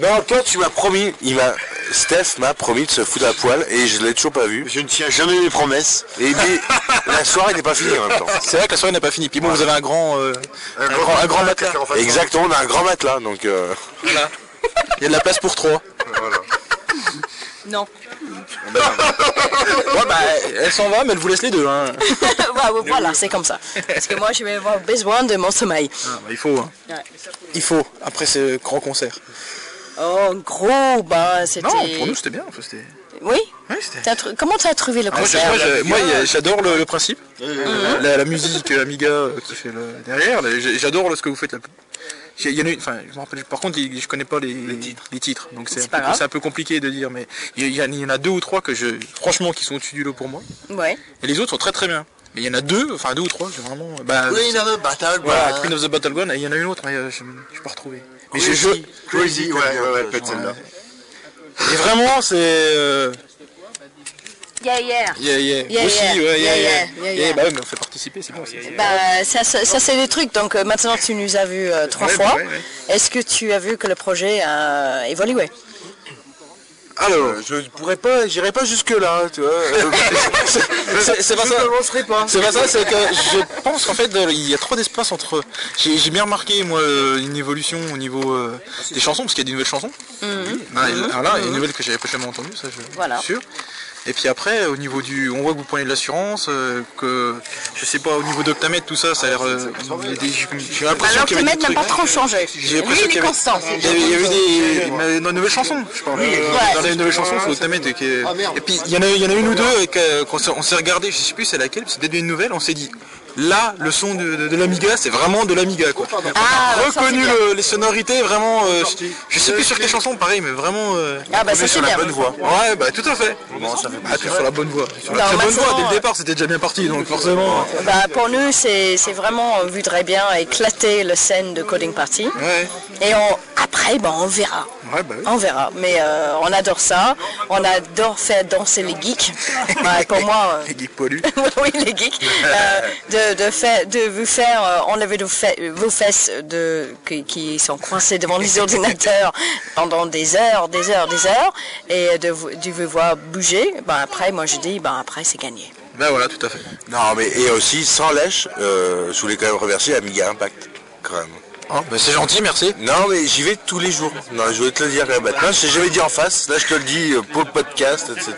Non, toi, tu m'as promis. Il m'a, Steph m'a promis de se foutre à poil et je l'ai toujours pas vu. Je ne tiens jamais mes promesses. Et il dit, la soirée n'est pas finie en même temps.
C'est vrai que la soirée n'est pas finie. Puis bon, vous avez un grand, euh, un grand, un grand matelas.
Exactement, on a un grand matelas, donc. euh,
Voilà. Il y a de la place pour trois.
Non.
Ouais, bah, elle s'en va, mais elle vous laisse les deux. Hein.
Bah, voilà, c'est comme ça. Parce que moi, je vais avoir besoin de mon sommeil.
Ah, bah, il faut. hein.
Ouais.
Il faut, après ce grand concert.
Oh, gros, bah, c'était.
Non, pour nous, c'était bien. enfin, c'était-
Oui T'as trou- Comment t'as trouvé le
Ah, moi,
concert
j'ai- moi, j'ai- moi, j'adore le, le principe, la, la musique euh, Amiga euh, qui fait le- derrière. là, j'ai- J'adore ce que vous faites là. J'ai- il y en a une- enfin, je me rappelle- par contre, les- je connais pas les, les titres. donc c'est un,
pas
peu-
grave.
c'est un peu compliqué de dire, mais il y, en- il y en a deux ou trois que je, franchement, qui sont au-dessus du lot pour moi.
Ouais.
Et les autres sont très très bien. Mais il y en a deux, enfin deux ou trois, j'ai vraiment. Bah,
Queen of the Battleground.
Voilà, Queen of the Battleground, et il y en a une autre, mais euh, je ne suis pas retrouvé. Mais je- je-
Crazy, ouais, ouais, ouais, peut-être celle-là.
Et vraiment, c'est. euh,
Yeah, yeah.
yeah, yeah.
Yeah,
Aussi,
yeah.
ouais, yeah, yeah.
yeah,
Yeah,
yeah.
bah ouais, mais on fait participer, c'est bon. c'est-
Bah, ça, ça, ça, c'est des trucs. Donc euh, maintenant, tu nous as vu euh, trois
Ouais, bah,
fois.
ouais, ouais.
Est-ce que tu as vu que le projet a évolué
Alors, Euh, je pourrais pas, j'irai pas jusque là, tu vois. Euh,
C'est- c'est pas
je
ça.
ne lancerai pas.
C'est pas ça, c'est que je pense qu'en fait euh, il y a trop d'espace entre. J'ai j'ai bien remarqué moi euh, une évolution au niveau euh,
Ah,
des chansons, parce qu'il y a des nouvelles chansons. Ah, et- alors là, il y a une nouvelle que j'avais pas jamais entendue, ça je
Mhm. Voilà.
suis sûr. Et puis après, au niveau du. On voit que vous prenez de l'assurance, euh, que je sais pas, au niveau d'octamètre, tout ça, ça a l'air.
Ah,
euh, des- J'ai l'impression
Alors que
qu'il y avait des
n'a
trucs.
Bah, pas trop changé.
J'ai
Lui,
l'impression
il
qu'il y
est
avait-
constant.
Il y avait, il y avait des, mais dans les nouvelles chansons, je parle.
Ouais. Ah,
Dans les nouvelles chansons, faut Octamètre. qui est- Et puis, il y, en a- il y en a une ou deux et que- qu'on s'est- on s'est regardé, je sais plus c'est laquelle, c'était une nouvelle, on s'est dit, là, le son de, de- de l'Amiga, c'est vraiment de l'Amiga, quoi.
Ah, bah,
On a reconnu le- les sonorités, vraiment, euh, je, je sais plus sur quelles chansons, pareil, mais vraiment. euh,
Ah, bah,
on est
ça, c'est
sur la
bien.
bonne voie. Ouais, bah, tout à fait. Ah, t'es sur la bonne voie. Sur la
Non,
très bonne
maintenant,
voie, dès
euh,
le départ, c'était déjà bien parti, donc forcément.
Bah, pour nous, c'est c'est vraiment, on voudrait bien éclater la scène de Coding Party.
Ouais.
Et on- après, bah, on verra.
Ouais, bah oui.
On verra. Mais euh, on adore ça. On adore faire danser les geeks. Ouais, pour moi, euh,
Les geeks poilus.
oui, les geeks. Euh, de, de, faire, de vous faire euh, enlever vos, fe- vos fesses de, qui, qui sont coincées devant les ordinateurs pendant des heures, des heures, des heures. Et de, vous- de vous voir bouger. Bah, après, moi, je dis, bah, après, c'est gagné.
Ben voilà, tout à fait.
Non, mais et aussi, sans lèche, euh, je voulais quand même remercier Amiga Impact, quand même.
Ah, ben c'est gentil, merci.
Non, mais j'y vais tous les jours. Non, je voulais te le dire quand même maintenant. Je t'ai jamais dit en face. Là, je te le dis euh, pour le podcast, etc.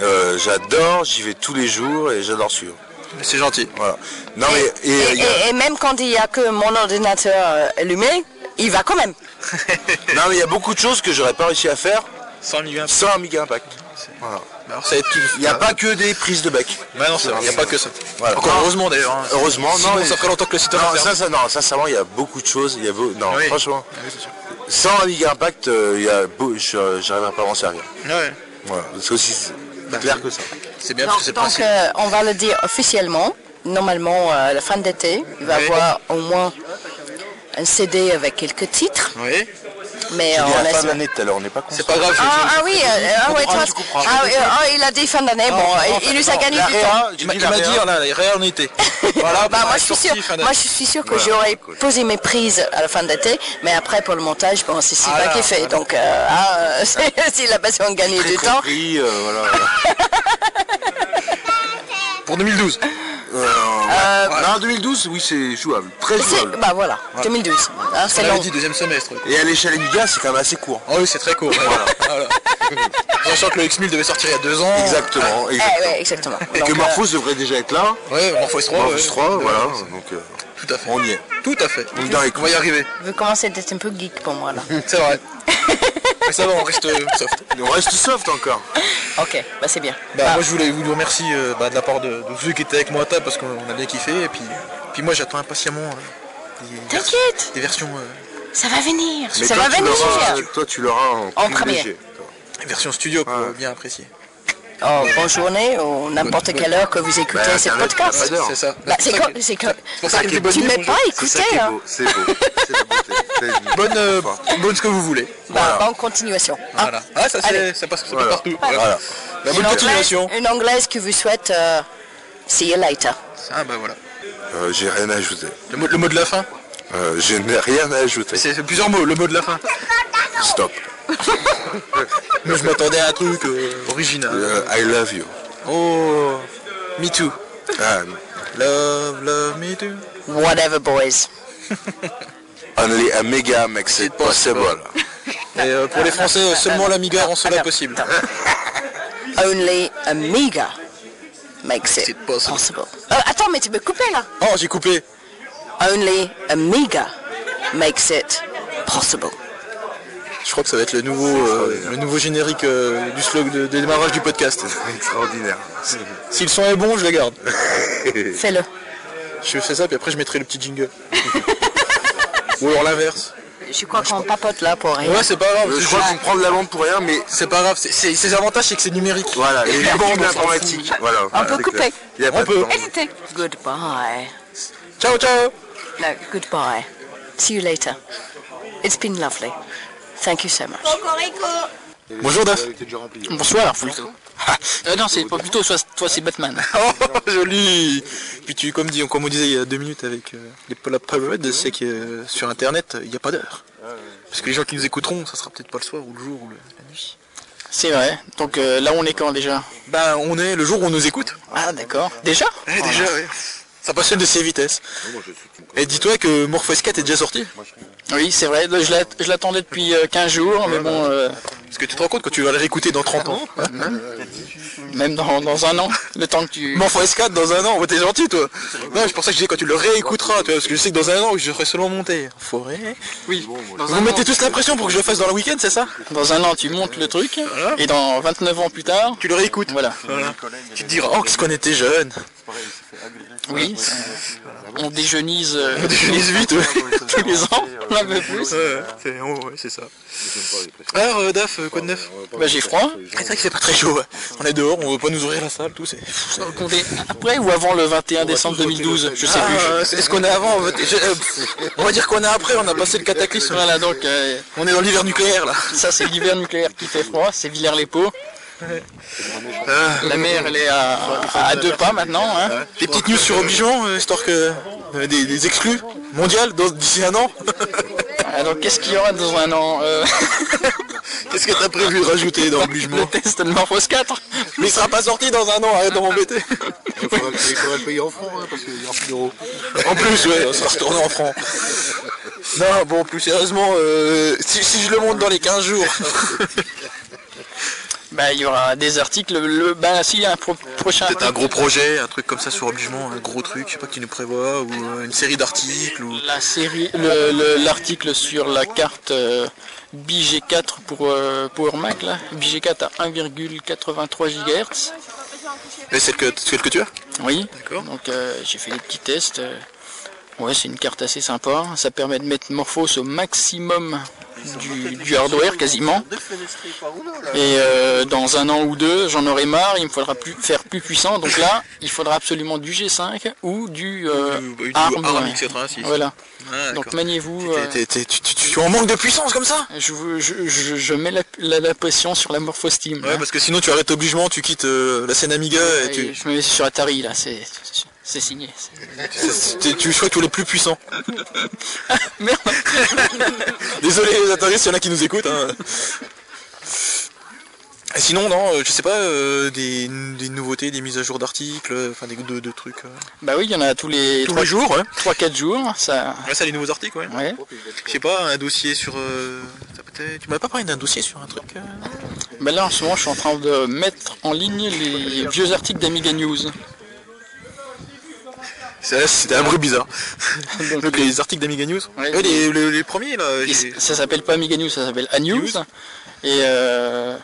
Euh, j'adore, j'y vais tous les jours et j'adore suivre.
C'est gentil.
Voilà. Non, mais. Et, euh, il y a-
Et, et même quand il n'y a que mon ordinateur euh, allumé, il va quand même.
non, mais il y a beaucoup de choses que j'aurais pas réussi à faire
sans Amiga Impact.
Voilà.
Bah, Alors, ça va être tout.
Il n'y a pas que des prises de bec.
Bah non, c'est vrai, il n'y a pas que ça.
Voilà.
Encore
Non.
heureusement d'ailleurs. hein.
Heureusement,
Sinon,
non. mais-
ça ferait longtemps que le site
Non,
internet est
ça, ça, non, sincèrement, il y a beaucoup de choses. Il y a beau- Non,
Oui.
franchement.
Ah oui, c'est sûr.
Sans Amiga Impact, euh, il y a beau- je- j'arriverais pas à m'en servir.
Ouais.
Voilà. C'est aussi
bah,
clair que ça.
C'est bien
Donc, donc, euh, on va le dire officiellement. Normalement, euh, à la fin d'été, il va y
Oui.
avoir au moins un CD avec quelques titres.
Oui.
Mais euh,
J'ai dit
on
la fin
laisse.
d'année tout à l'heure, on n'est pas
C'est pas grave.
Ah, ah oui, euh, ah ouais, toi, ah oui, euh, ah, il a dit fin d'année. Bon, il- il nous a gagné du temps.
Il m'a il m'a dit, oh là, il réa en été. Voilà,
Bah,
bah,
moi,
elle
je suis
sortit
sûre,
fin d'année.
moi, je suis sûre que j'aurais posé mes prises à la fin d'été, mais après, pour le montage, bon, c'est Sylvain
Ah là,
qui fait. Donc, euh, ah, euh, c'est- s'il a besoin de gagner du temps,
compris, euh, voilà.
Pour 2012
Euh,
Euh,
Non, 2012, oui, c'est jouable. Très
c'est-
jouable.
bah voilà,
Voilà.
2012. hein,
On
c'est
l'avait
long.
dit deuxième semestre.
Et à l'échelle Amiga, c'est quand même assez court.
Oh oui, c'est très court. ouais, voilà. Voilà. Sachant que le X1000 devait sortir il y a deux ans.
Exactement.
Eh,
exact-
ouais, exactement.
Et
Donc,
que
euh,
Morphos devrait déjà être là.
Ouais, Morphos 3.
Morphos
ouais.
3,
Ouais,
voilà.
c'est-
Donc, euh,
Tout à fait.
on y est.
Tout à fait.
On est dans les
On va y arriver.
Vous commencez à être un peu geek pour moi là.
C'est vrai. Mais ça va, on reste euh, soft.
On reste soft encore.
Ok, bah c'est bien.
Bah, Moi, je voulais vous vous remercier euh, bah, de la part de, de ceux qui étaient avec moi à table parce qu'on on a bien kiffé. Et puis, puis moi, j'attends impatiemment euh, des, vers-
T'inquiète,
des versions, euh,
ça va venir,
Mais
ça
toi,
va
tu
venir.
l'auras, euh, toi, tu l'auras en,
En
privilégié.
des versions studio pour euh, bien apprécier.
Oh, bonne journée ou n'importe quelle heure que vous écoutez
Bah,
ce
Internet,
podcast.
t'as pas d'heure.
C'est ça.
Bah, c'est
C'est
quoi C'est quoi
pour ça
bah,
qu'il y
Tu
a des bonnes nuits,
m'as
bonjour.
pas
C'est
écouté
ça qui est
hein.
beau. C'est beau. C'est la beauté. C'est-
Bonne, euh, bonne ce que vous voulez.
Bah, bonne continuation. hein.
Voilà. Ah, ça,
Allez.
c'est, ça passe, ça passe
Voilà.
partout. Voilà.
Voilà.
La bonne
Une anglaise-
continuation.
Une anglaise qui vous souhaite euh, see you later.
Ah, bah voilà.
Euh, J'ai rien à ajouter.
Le mot, le mot de la fin.
Euh, je n'ai rien à ajouter.
C'est, c'est plusieurs mots, le mot de la fin.
Stop.
Mais je m'attendais à un truc euh, original.
Euh, I love you.
Oh, me too.
Ah, non.
Love, love me too.
Whatever, boys.
Only a mega makes it possible.
Et euh, pour les Français, euh, seulement l'Amiga rend cela possible.
Only Amiga makes it
Ah,
possible. Euh, attends, mais tu me coupais là.
Oh, j'ai coupé.
Only Amiga makes it possible.
Je crois que ça va être le nouveau, euh, le nouveau générique euh, du slogan de, de démarrage du podcast.
Extraordinaire.
Si le son est bon, je le garde.
Fais-le.
Je fais ça, puis après je mettrai le petit jingle. Ou alors l'inverse.
Je crois qu'on papote là pour rien.
Ouais, c'est pas grave.
Euh, Je crois qu'on prend de la bande pour rien, mais
c'est pas grave. c'est- c'est- Ses avantages, c'est que c'est numérique.
Voilà,
Et
les
la
bandes
bande, on s'en
informatiques.
fout.
Voilà, voilà, c'est clair. Il y a pas
On
de
peut.
temps.
Édité. Goodbye.
Ciao, ciao.
No,
Bah,
goodbye. See you later. It's been lovely. Thank you so much.
Bonjour Daf.
Bonsoir, plutôt. Euh, non, c'est pas plutôt, soit- toi c'est Batman.
Oh, joli Puis tu, comme, dit, comme on disait il y a deux minutes avec euh, les Polar Parade, c'est que euh, sur Internet, euh, il n'y a pas d'heure.
Ah
Parce que les gens qui nous écouteront, ça sera peut-être pas le soir ou le jour ou le- la nuit.
C'est vrai. Donc euh, là, on est quand déjà
Bah, on est le jour où on nous écoute.
Ah, d'accord. Déjà
Eh, déjà, ouais. Ça passionne de ses vitesses. Et dis-toi que Morpheus 4 est déjà sorti.
Oui, c'est vrai. Là, je l'at- je l'attendais depuis euh, 15 jours, mais bon, euh,
Parce que tu te rends compte quand tu vas le réécouter dans 30 ans.
même dans, dans un an, le temps que tu.
Morpheus 4 dans un an, ouais, t'es gentil toi. Non, c'est pour ça que je disais quand tu le réécouteras, tu vois, parce que je sais que dans un an, je serai seulement monté. Forêt.
Oui.
Vous mettez tous la pression pour que je le fasse dans le week-end, c'est ça
Dans un an, tu montes le truc, et dans 29 ans plus tard,
tu le réécoutes.
Voilà.
Tu te diras, oh, qu'est-ce qu'on était jeunes.
Oui. c'est- On déjeunise. euh,
On déjeunise vite, ouais.
tous les ans, un peu plus.
Ouais, c'est oh, ouais, c'est ça. Alors, euh, Daf, euh, quoi de neuf
Bah, j'ai froid.
C'est vrai que c'est pas très chaud. ouais. On est dehors, on veut pas nous ouvrir la salle, tout. C'est.
Faut le compter Après ou avant le 21 décembre 2012, je sais
Ah,
plus.
euh, c'est- Est-ce qu'on est avant en fait Je- euh, pff, On va dire qu'on est après, on a passé le cataclysme.
Voilà, donc euh,
On est dans l'hiver nucléaire là.
ça c'est l'hiver nucléaire qui fait froid, c'est Villers-les-Pots.
Ah.
La mer elle est à, à deux pas maintenant. Hein.
Des petites news sur Obligeon, euh, histoire que. euh, des, des exclus mondiales dans- d'ici un an.
Ah, donc qu'est-ce qu'il y aura dans un an euh,
Qu'est-ce que t'as prévu de rajouter dans
Le
Obligeon
test de Morphos 4
Mais il sera pas sorti dans un an, arrête de m'embêter.
Il faudra, il faudra le payer en francs, hein, parce qu'il y a plus d'euros.
En plus, ouais, on sera retourné en franc. Non, bon, plus sérieusement, euh, si, si je le monte dans les 15 jours.
Bah il y aura des articles, le, bah si il y a un pro- prochain...
Peut-être un gros projet, un truc comme ça sur Obligement, un gros truc, je sais pas qui nous prévoit, ou euh, une série d'articles, ou.
La série, le- le- l'article sur la carte euh, BG4 pour euh, Power Mac là, BG4 à 1,83 GHz.
Mais celle que, celle que tu as
Oui. Donc euh, j'ai fait des petits tests. euh, Ouais, c'est une carte assez sympa. Ça permet de mettre Morphos au maximum du, du hardware quasiment. Et euh, dans un an ou deux, j'en aurai marre. Il me faudra plus faire plus puissant. Donc là, il faudra absolument du G5 ou du, euh,
du
ARM,
ARM
ouais.
86.
Voilà.
Ah,
Donc
d'accord.
maniez-vous. euh,
T'es- t'es- tu, tu- tu- tu en manques de puissance comme ça
je, vous- je, je, je mets la, la, la pression sur la hein. morphostime.
Ouais, parce que sinon tu arrêtes Obligement, tu quittes euh, la scène Amiga et tu.
Je me mets sur Atari, là, c'est c'est- c'est signé.
c'est- t'es- Tu souhaites tous les plus puissants.
Merde
Désolé les Atari, s'il y en a qui nous écoutent. hein. Et sinon, non, euh, je sais pas, euh, des, des nouveautés, des mises à jour d'articles, euh, enfin des de, de trucs. euh.
Bah oui, il y en a tous les,
Tous les jours, ouais.
3-4 jours, ça...
Ouais, ça, les nouveaux articles, ouais.
Ouais.
Je sais pas, un dossier sur. euh, ça peut être- Tu m'as pas parlé d'un dossier sur un truc euh,
Bah là, en ce moment, je suis en train de mettre en ligne les vieux articles d'Amiga News.
Ça, C'était un bruit bizarre.
Donc,
Donc les articles d'Amiga News
Ouais.
Ouais, les, les- les premiers là.
Et
j'ai-
c- ça s'appelle pas Amiga News, ça s'appelle Anews. Et euh,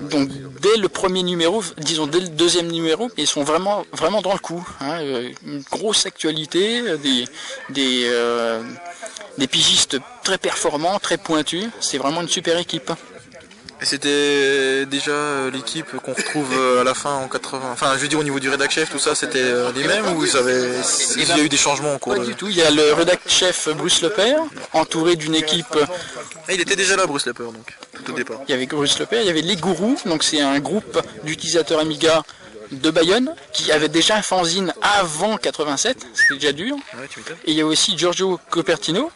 donc dès le premier numéro, disons dès le deuxième numéro, ils sont vraiment vraiment dans le coup. hein. Euh, Une grosse actualité, euh, des des euh, des pigistes très performants, très pointus. C'est vraiment une super équipe.
Et C'était déjà euh, l'équipe qu'on retrouve euh, à la fin en 80. Enfin, je veux dire, au niveau du rédac chef, tout ça, c'était euh, les mêmes ou ils avaient...
Eh
il y
ben,
a eu des changements en cours
Pas
de-
du tout. Il y a le rédac chef Bruce Lepère, entouré d'une équipe
Ah, Il était déjà là, Bruce Lepper, donc, tout au départ.
Il y avait Bruce Lepère, il y avait Les Gourous, donc c'est un groupe d'utilisateurs Amiga de Bayonne qui avait déjà un fanzine avant 87, c'était déjà dur.
Ouais, tu m'étonnes.
Et il y a aussi Giorgio Copertino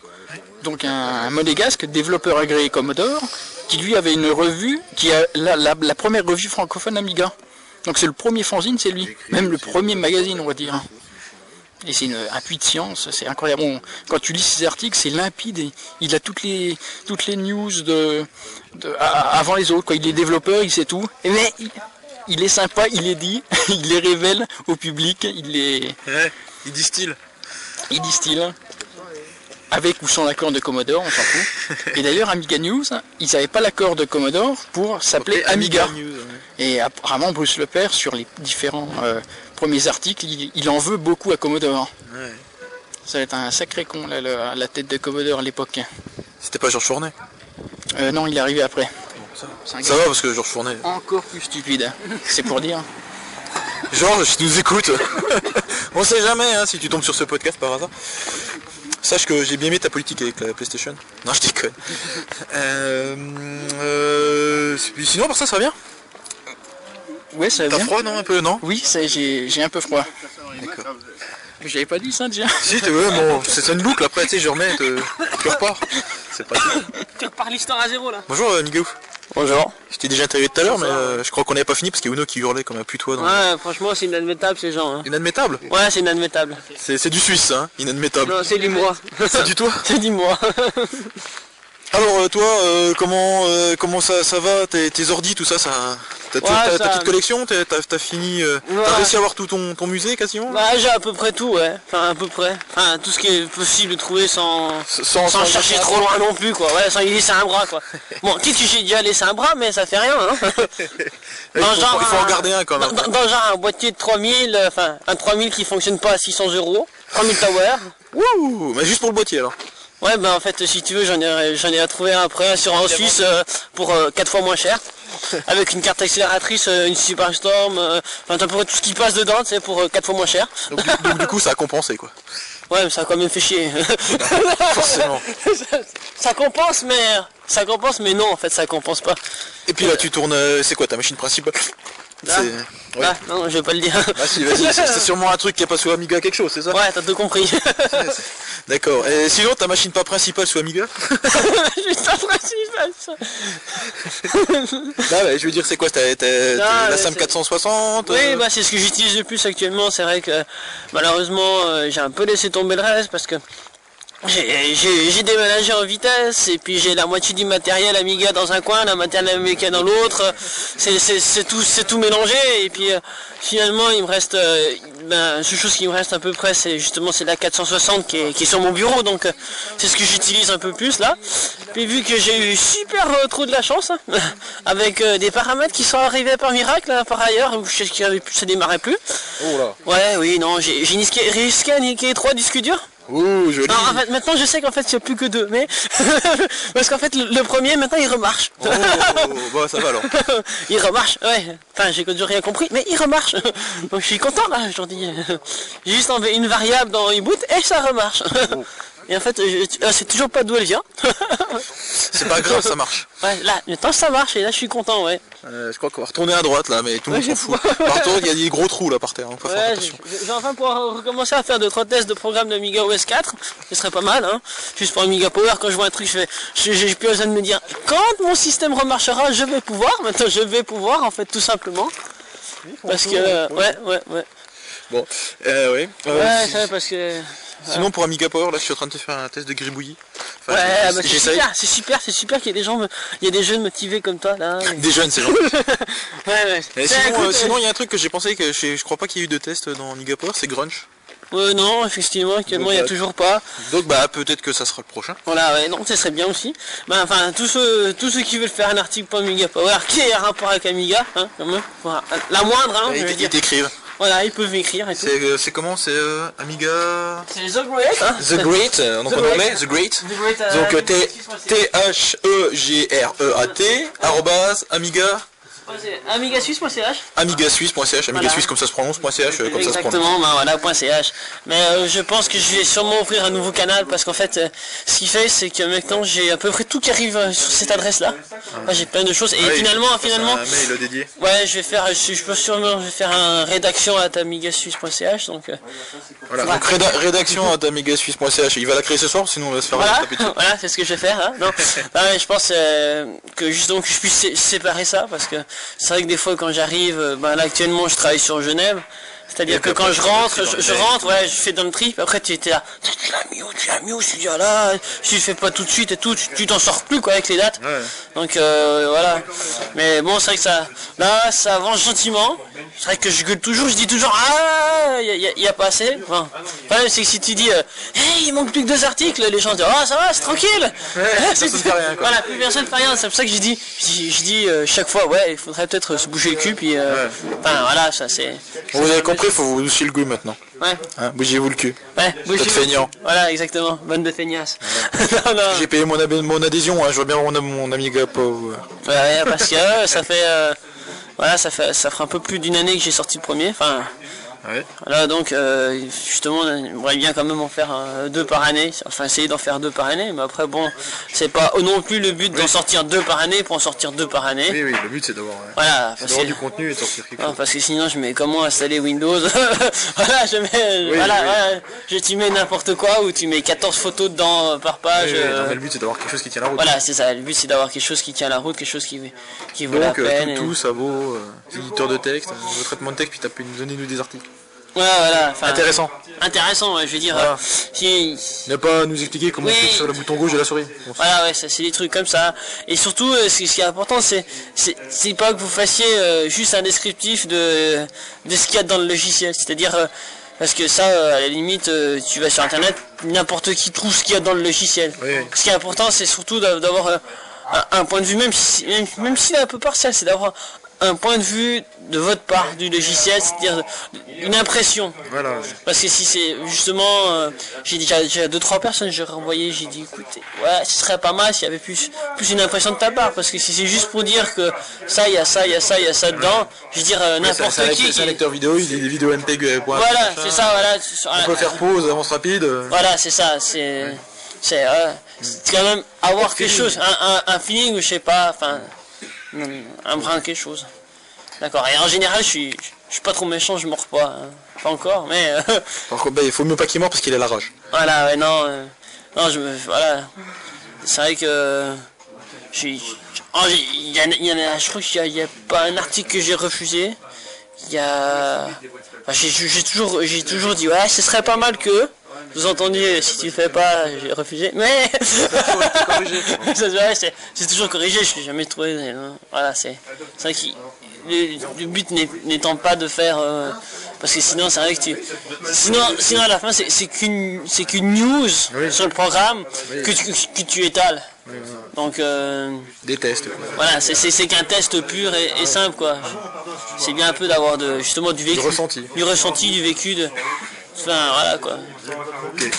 donc un, un monégasque, développeur agréé Commodore, qui lui avait une revue, qui a la, la- la première revue francophone Amiga. Donc c'est le premier fanzine, c'est lui. Même le premier magazine, on va dire. Et c'est une- un puits de science, c'est incroyable. On- quand tu lis ses articles, c'est limpide. Et il a toutes les, toutes les news de, de- a- a- avant les autres. Quoi. Il est développeur, il sait tout. Et Mais il, il est sympa, il les dit, il les révèle au public. Il les. il distille. Il distille. Avec ou sans l'accord de Commodore, on s'en fout. Et d'ailleurs, Amiga News, ils n'avaient pas l'accord de Commodore pour s'appeler Amiga. Et apparemment, Bruce Le Père, sur les différents euh, premiers articles, il, il en veut beaucoup à Commodore. Ça va être un sacré con, là, le- la tête de Commodore à l'époque.
C'était pas Georges Fournet
Euh, non, il est arrivé après. C'est un
Ça
gars
va parce que Georges Fournet.
Encore plus stupide. C'est pour dire.
Georges, tu nous écoutes. On sait jamais hein, si tu tombes sur ce podcast par hasard. Sache que j'ai bien aimé ta politique avec la PlayStation. Non, je déconne. Euh, euh, puis sinon, par ça, ça va bien
Ouais, ça va
T'as
bien.
froid, non Un peu, non
Oui, ça, j'ai j'ai un peu froid. Mais J'avais pas dit ça déjà.
Si, tu veux, bon, c'est ça une boucle après, tu sais, je remets, te- tu repars. C'est pas
Tu repars l'histoire à zéro là.
Bonjour, euh, Miguel.
Bonjour.
Je t'ai déjà interviewé tout à l'heure, mais euh, je crois qu'on n'avait pas fini parce qu'il y a Uno qui hurlait comme un putois dans
Ouais, franchement, c'est inadmettable ces gens. hein.
Inadmettable
Ouais, c'est inadmettable.
C'est c'est du Suisse, hein, inadmettable.
Non, c'est du moi.
C'est du toi
C'est du moi.
Alors, euh, toi, euh, comment, euh, comment ça, ça va Tes tes ordi, tout ça, ça. T'as
Ouais,
t'as-
ça-
ta petite collection T'as t'as- t'as fini. euh,
Ouais.
T'as réussi à avoir tout ton, ton musée quasiment
Bah, j'ai à peu près tout, ouais. Enfin, à peu près. Enfin, tout ce qui est possible de trouver sans, sans,
sans-
chercher trop loin non plus, quoi. Ouais, sans y laisser un bras, quoi. Bon, peut-être que j'ai déjà laissé un bras, mais ça fait rien, hein.
Il faut- il faut en
un-
garder un, quand même.
Dans, dans genre un boîtier de 3000, euh, enfin, un 3000 qui fonctionne pas à 600 euros, 3000 Tower.
Wouh Mais juste pour le boîtier, alors.
Ouais, ben en fait, si tu veux, j'en ai, j'en ai trouvé un après sur en Suisse euh, pour euh, quatre 4 fois moins cher. Avec une carte accélératrice, euh, une Superstorm, euh, enfin, t'as à peu près tout ce qui passe dedans, tu sais, pour euh, 4 fois moins cher.
Donc, du- donc, du coup, ça a compensé, quoi.
Ouais, mais ça a quand même fait chier.
Forcément.
ça, ça compense, mais ça compense, mais non, en fait, ça compense pas.
Et puis là, tu tournes. euh, c'est quoi ta machine principale C'est. oui.
Ah, non, je vais pas le dire.
Ah si, vas-y, c'est c'est sûrement un truc qui a pas sous Amiga quelque chose, c'est ça
Ouais, t'as tout compris.
D'accord. Et sinon, ta machine pas principale sous Amiga
Juste après, si je passe.
Bah ouais, je veux dire, c'est quoi t'as- t'as-
Non,
t'as La
mais
SAM
Ah, c'est-
460
Oui,
euh,
bah, c'est ce que j'utilise le plus actuellement. C'est vrai que malheureusement, euh, j'ai un peu laissé tomber le reste parce que j'ai- j'ai j'ai déménagé en vitesse et puis j'ai la moitié du matériel Amiga dans un coin, la matériel Amiga dans l'autre. C'est- C'est c'est tout, c'est tout mélangé et puis euh, finalement, il me reste, euh, ben, la seule chose qui me reste à peu près, c'est justement c'est la 460 qui est, qui est sur mon bureau, donc euh, c'est ce que j'utilise un peu plus là. Puis vu que j'ai eu super euh, trop de la chance, hein, avec euh, des paramètres qui sont arrivés par miracle hein, par ailleurs, où je sais qu'il y avait plus, ça démarrait plus.
Oh là
Ouais, oui, non, j'ai j'ai nisqué- risqué à niquer trois disques durs.
Ouh, joli
Non, en fait, maintenant je sais qu'en fait il n'y a plus que deux, mais parce qu'en fait le, le premier maintenant il remarche.
Oh, oh, oh, bah ça va alors.
il remarche, ouais. Enfin, j'ai toujours rien compris, mais il remarche. Donc je suis content là aujourd'hui. J'ai juste enlevé une variable dans e-boot et ça remarche. Et en fait, je, tu- euh, c'est toujours pas d'où elle vient.
C'est pas grave, ça marche.
Ouais, là, le temps ça marche et là je suis content, ouais.
Euh, je crois qu'on va retourner à droite là, mais tout le monde s'en fout. Par contre, il y a des gros trous là par terre. hein, faut faire
Ouais,
attention.
j'ai j'ai enfin pouvoir recommencer à faire deux trois tests de programme d'Amiga OS 4, ce serait pas mal, hein. Juste pour Amiga Power, quand je vois un truc, je fais, je- j'ai plus besoin de me dire, quand mon système remarchera, je vais pouvoir, maintenant je vais pouvoir, en fait, tout simplement. Parce que, euh, ouais, ouais, ouais.
Bon, euh, oui. Euh,
Ouais,
si-
ça, parce que.
Sinon, pour Amiga Power, là, je suis en train de te faire un test de gribouillis. Enfin,
Ouais,
je-
bah, c'est
j'essaye.
super, c'est super, c'est super qu'il y ait des gens, me- il y a des jeunes motivés comme toi, là.
Des jeunes, ces gens.
Ouais, ouais.
Et
Tiens,
sinon, euh,
écoute,
sinon, il y a un truc que j'ai pensé que je, je crois pas qu'il y ait eu de test dans Amiga Power, c'est Grunge.
euh, non, effectivement, actuellement, il y a
bah,
toujours pas.
Donc, bah, peut-être que ça sera le prochain.
Voilà, ouais, non, ce serait bien aussi. Ben, enfin, tous ceux, tous ceux qui veulent faire un article pour Amiga Power, qui est un rapport avec Amiga, hein, quand même, voilà, la moindre, hein, je
ils
veux
ils
dire.
t'écrivent.
Voilà, ils peuvent m'écrire et tout.
C'est euh, c'est comment C'est euh, Amiga.
C'est The Great, hein.
The Great, euh, donc
The
en
Great.
anglais, The Great.
The Great, euh,
Donc euh, T- E T-H-E-G-R-E-A-T, arrobase, Amiga,
Moi, c'est Amiga Suisse, moi c'est H.
amigasuisse.ch,
Voilà.
amigasuisse comme ça se prononce, point .ch euh, comme ça se prononce.
Exactement, ben voilà, point .ch. Mais euh, je pense que je vais sûrement ouvrir un nouveau canal parce qu'en fait, euh, ce qui fait, c'est que maintenant j'ai à peu près tout qui arrive euh, sur cette adresse-là. Moi, j'ai plein de choses et
Ouais,
finalement,
il-
finalement,
c'est un mail dédié.
ouais, je vais faire, je, je peux sûrement je vais faire un rédaction à tamigasuisse.ch donc euh,
Voilà. Donc réda- rédaction à tamigasuisse.ch. Il va la créer ce soir, sinon on va se faire un
Voilà,
tapis dessus.
voilà, c'est ce que je vais faire. hein. Non. Ah ouais, je pense euh, que justement que je puisse sé- séparer ça parce que c'est vrai que des fois quand j'arrive, euh, ben là actuellement je travaille sur Genève.
Et
C'est-à-dire que
puis
quand
après,
je
tu fais
rentre,
le petit
je,
dans
je
le
rentre, ouais, je fais dump trip, après tu étais là, tu l'as mis où, tu l'as mis où, je suis dit, ah là, si tu le fais pas tout de suite et tout, tu tu t'en sors plus quoi avec les dates. Donc euh, voilà. Mais bon, c'est vrai que ça, là, ça avance gentiment. C'est vrai que je gueule toujours, je dis toujours, ah, il y, a- y a- y a pas assez. Enfin, le problème, c'est que si tu dis, euh, hey, il manque plus que deux articles, les gens disent, ah, ça va, c'est tranquille.
personne fait rien, quoi.
Voilà, plus personne fait rien. C'est pour ça que je dis, je dis, je dis, euh, chaque fois, ouais, il faudrait peut-être se bouger le cul, puis, euh, enfin, voilà, ça c'est.
Bon, vous avez compris, faut vous doucher le goût maintenant.
Ouais.
Hein, Bougez-vous le cul.
Ouais,
Vous êtes feignant.
Voilà, exactement. Bonne de feignasse. non, non.
J'ai payé mon, abé- mon adhésion, hein, je vois bien mon, am- mon ami gars pauvre.
Ouais, parce que euh, ça fait, euh, voilà, ça fait, ça fera un peu plus d'une année que j'ai sorti le premier. Enfin, voilà, donc euh, justement, on aimerait bien quand même en faire euh, deux par année. Enfin, essayer d'en faire deux par année. Mais après, bon, c'est pas euh, non plus le but d'en sortir deux par année pour en sortir deux par année.
Oui, oui, le but c'est d'avoir ouais.
Voilà,
C'est
parce
d'avoir
que-
du contenu et de sortir quelque
Ah, parce que sinon je mets comment installer Windows voilà je mets
Oui,
voilà,
oui.
voilà, je tu mets n'importe quoi ou tu mets 14 photos dedans euh, par page
Oui, oui,
euh,
non, mais le but c'est d'avoir quelque chose qui tient la route.
voilà c'est ça le but c'est d'avoir quelque chose qui tient la route quelque chose qui qui vaut la
Donc, euh,
peine et-
tout, tout, ça vaut euh, éditeur de texte, euh, traitement de texte, puis tapez, donnez-nous des articles.
Ouais, voilà, enfin,
Intéressant.
Intéressant, ouais, je veux dire.
Voilà.
euh, si-
Ne pas nous expliquer comment
Oui.
on clique sur le bouton gauche de la souris. Bon,
Voilà, ouais, ça, c'est des trucs comme ça. Et surtout, euh, ce qui ce qui est important, c'est c'est c'est pas que vous fassiez euh, juste un descriptif de, de ce qu'il y a dans le logiciel. C'est-à-dire, euh, parce que ça, euh, à la limite, euh, tu vas sur Internet, n'importe qui trouve ce qu'il y a dans le logiciel. Ce qui est important, c'est surtout d'a- d'avoir euh, un, un point de vue, même si, même, même s'il est un peu partiel, c'est d'avoir un point de vue de votre part du logiciel, c'est-à-dire une impression.
Voilà.
Parce que si c'est justement, euh, j'ai déjà j'ai deux trois personnes, j'ai renvoyé, j'ai dit écoutez, ouais, ce serait pas mal s'il y avait plus plus une impression de ta part, parce que si c'est juste pour dire que ça, il y a ça, il y a ça, il y a ça dedans, je veux dire euh,
Ouais, c'est-
n'importe
c'est un lec-
qui.
C'est un
qui-
lecteur vidéo, il dit des vidéos MPEG. euh, point,
Voilà,
machin.
c'est ça, voilà. c'est-
On peut faire pause, avance rapide. euh.
Voilà, c'est ça, c'est c'est euh, c'est quand même avoir quelque chose, un, un, un feeling ou je sais pas, enfin un- un brin quelque chose. D'accord. Et en général, je suis je suis pas trop méchant, je mords pas, hein. pas encore, mais. euh,
Par contre, bah, il faut mieux pas qu'il meure parce qu'il a la rage.
Voilà, ouais, non, euh, non, je me, voilà. C'est vrai que euh, j'ai, oh, j'ai- il y en a- il y en a, je crois qu'il n'y a, pas un article que j'ai refusé. Il y a, enfin, j'ai, j'ai toujours, j'ai toujours dit ouais, ce serait pas mal que. Vous entendiez, si tu le fais pas, j'ai refusé. Mais Ça, c'est vrai, c'est- c'est toujours corrigé. Je suis jamais trouvé. euh, Voilà, c'est c'est vrai qu'il le, le but n'est- n'étant pas de faire euh, parce que sinon c'est vrai que tu sinon sinon à la fin c'est c'est qu'une c'est qu'une news sur le programme que tu, que tu étales donc euh,
Des tests. quoi.
voilà c'est- c'est c'est qu'un test pur et, et simple quoi c'est bien un peu d'avoir de justement du vécu
ressenti.
du ressenti du vécu de enfin voilà quoi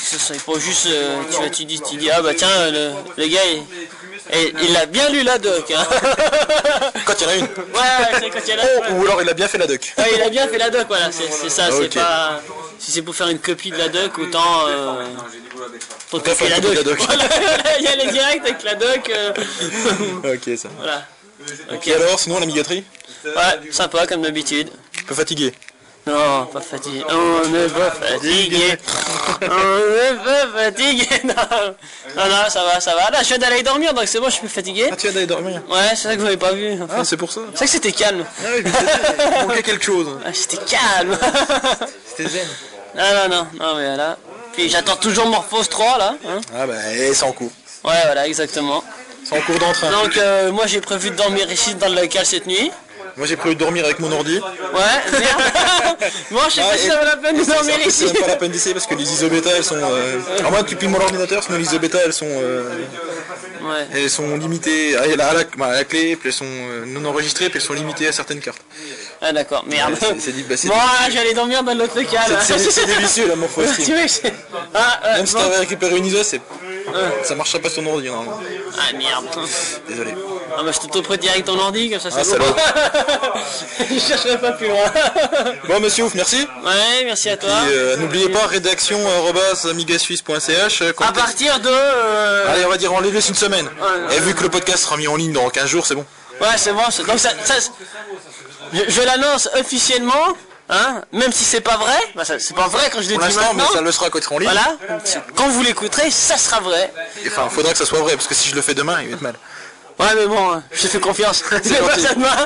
ce serait pas juste euh, tu vas tu dis tu dis ah bah tiens le, le gars il, il- il l'a bien lu la doc hein.
Quand il y en a une.
Ouais, c'est quand il y en a-
Oh, Ou alors il a bien fait la doc.
Ouais, Ah, il a bien fait la doc, voilà, c'est c'est ça,
Ah,
c'est
ok.
pas. Si c'est pour faire une copie de la doc, autant. Euh... autant
Autant faire
copier
une copie de la doc.
Voilà, il y a les directs avec la doc. euh,
ok, ça.
Voilà.
Ok, alors, sinon la migaterie
Ouais, sympa comme d'habitude.
Un peu fatigué.
Non, pas fatigué. On n'est pas
Ah,
fatigué. On n'est pas fatigué. Non. non, non, ça va, ça va. Là, je viens d'aller dormir, donc c'est bon, je suis plus fatigué. Ah,
tu viens d'aller dormir
Ouais, c'est ça que vous n'avez pas vu. en fait.
Ah, c'est pour ça.
C'est vrai que c'était calme.
Ah oui, mais c'était- il manquait quelque chose.
Ah, c'était calme.
C'était zen.
Non, non, non, non, mais là. Puis j'attends toujours Morphose 3 là. hein.
Ah bah, et c'est en cours.
Ouais, voilà, exactement.
C'est en cours d'entrain.
Donc, euh, moi j'ai prévu de dormir ici dans le local cette nuit.
Moi j'ai prévu de dormir avec mon ordi.
Ouais, merde. Moi je sais pas
Ah,
si
et-
ça vaut la peine de
et c'est-
dormir
c'est-
ici.
C'est même pas la peine d'essayer parce que les isobêta elles sont. Euh... Alors moi tu piles mon ordinateur, sinon les isobêta elles sont. euh, Elles sont limitées à la, à la- bah, à la clé, puis elles sont euh, non enregistrées, puis elles sont limitées à certaines cartes.
Ah d'accord, merde.
Ouais, c'est- c'est dit- bah, c'est
Bon,
dit.
ah, j'allais dormir dans l'autre local.
C'est- c'est- c'est délicieux, la morphosphine.
Tu vois, c'est- Ah, euh,
Même si
bon.
t'avais récupéré une ISO, c'est- ça marchera pas sur ton ordi normalement.
Ah merde.
Désolé.
Ah bah je t'auto direct ton ordi comme ça
Ah,
c'est bon. je chercherai pas plus loin.
Bon monsieur Ouf, merci.
Ouais, merci à
Puis,
toi.
euh, N'oubliez pas rédaction arobase amigasuisse.ch. euh,
À
contactez-
partir de. euh,
Allez, on va dire on les laisse une semaine.
Ouais,
Et vu que le podcast sera mis en ligne dans 15 jours, c'est bon.
Ouais, c'est bon. c'est- Donc ça, ça- je, je l'annonce officiellement. Hein Même si c'est pas vrai, bah, ça- c'est pas vrai quand je l'ai
Pour
dit
l'instant,
maintenant.
mais ça le sera quand ils seront en ligne.
Voilà. Quand vous l'écouterez, ça sera vrai.
Et Enfin, faudra que ça soit vrai, parce que si je le fais demain, il va être mal.
Ouais, mais bon, hein, je te fais confiance. C'est pas
gentil.
ça demain.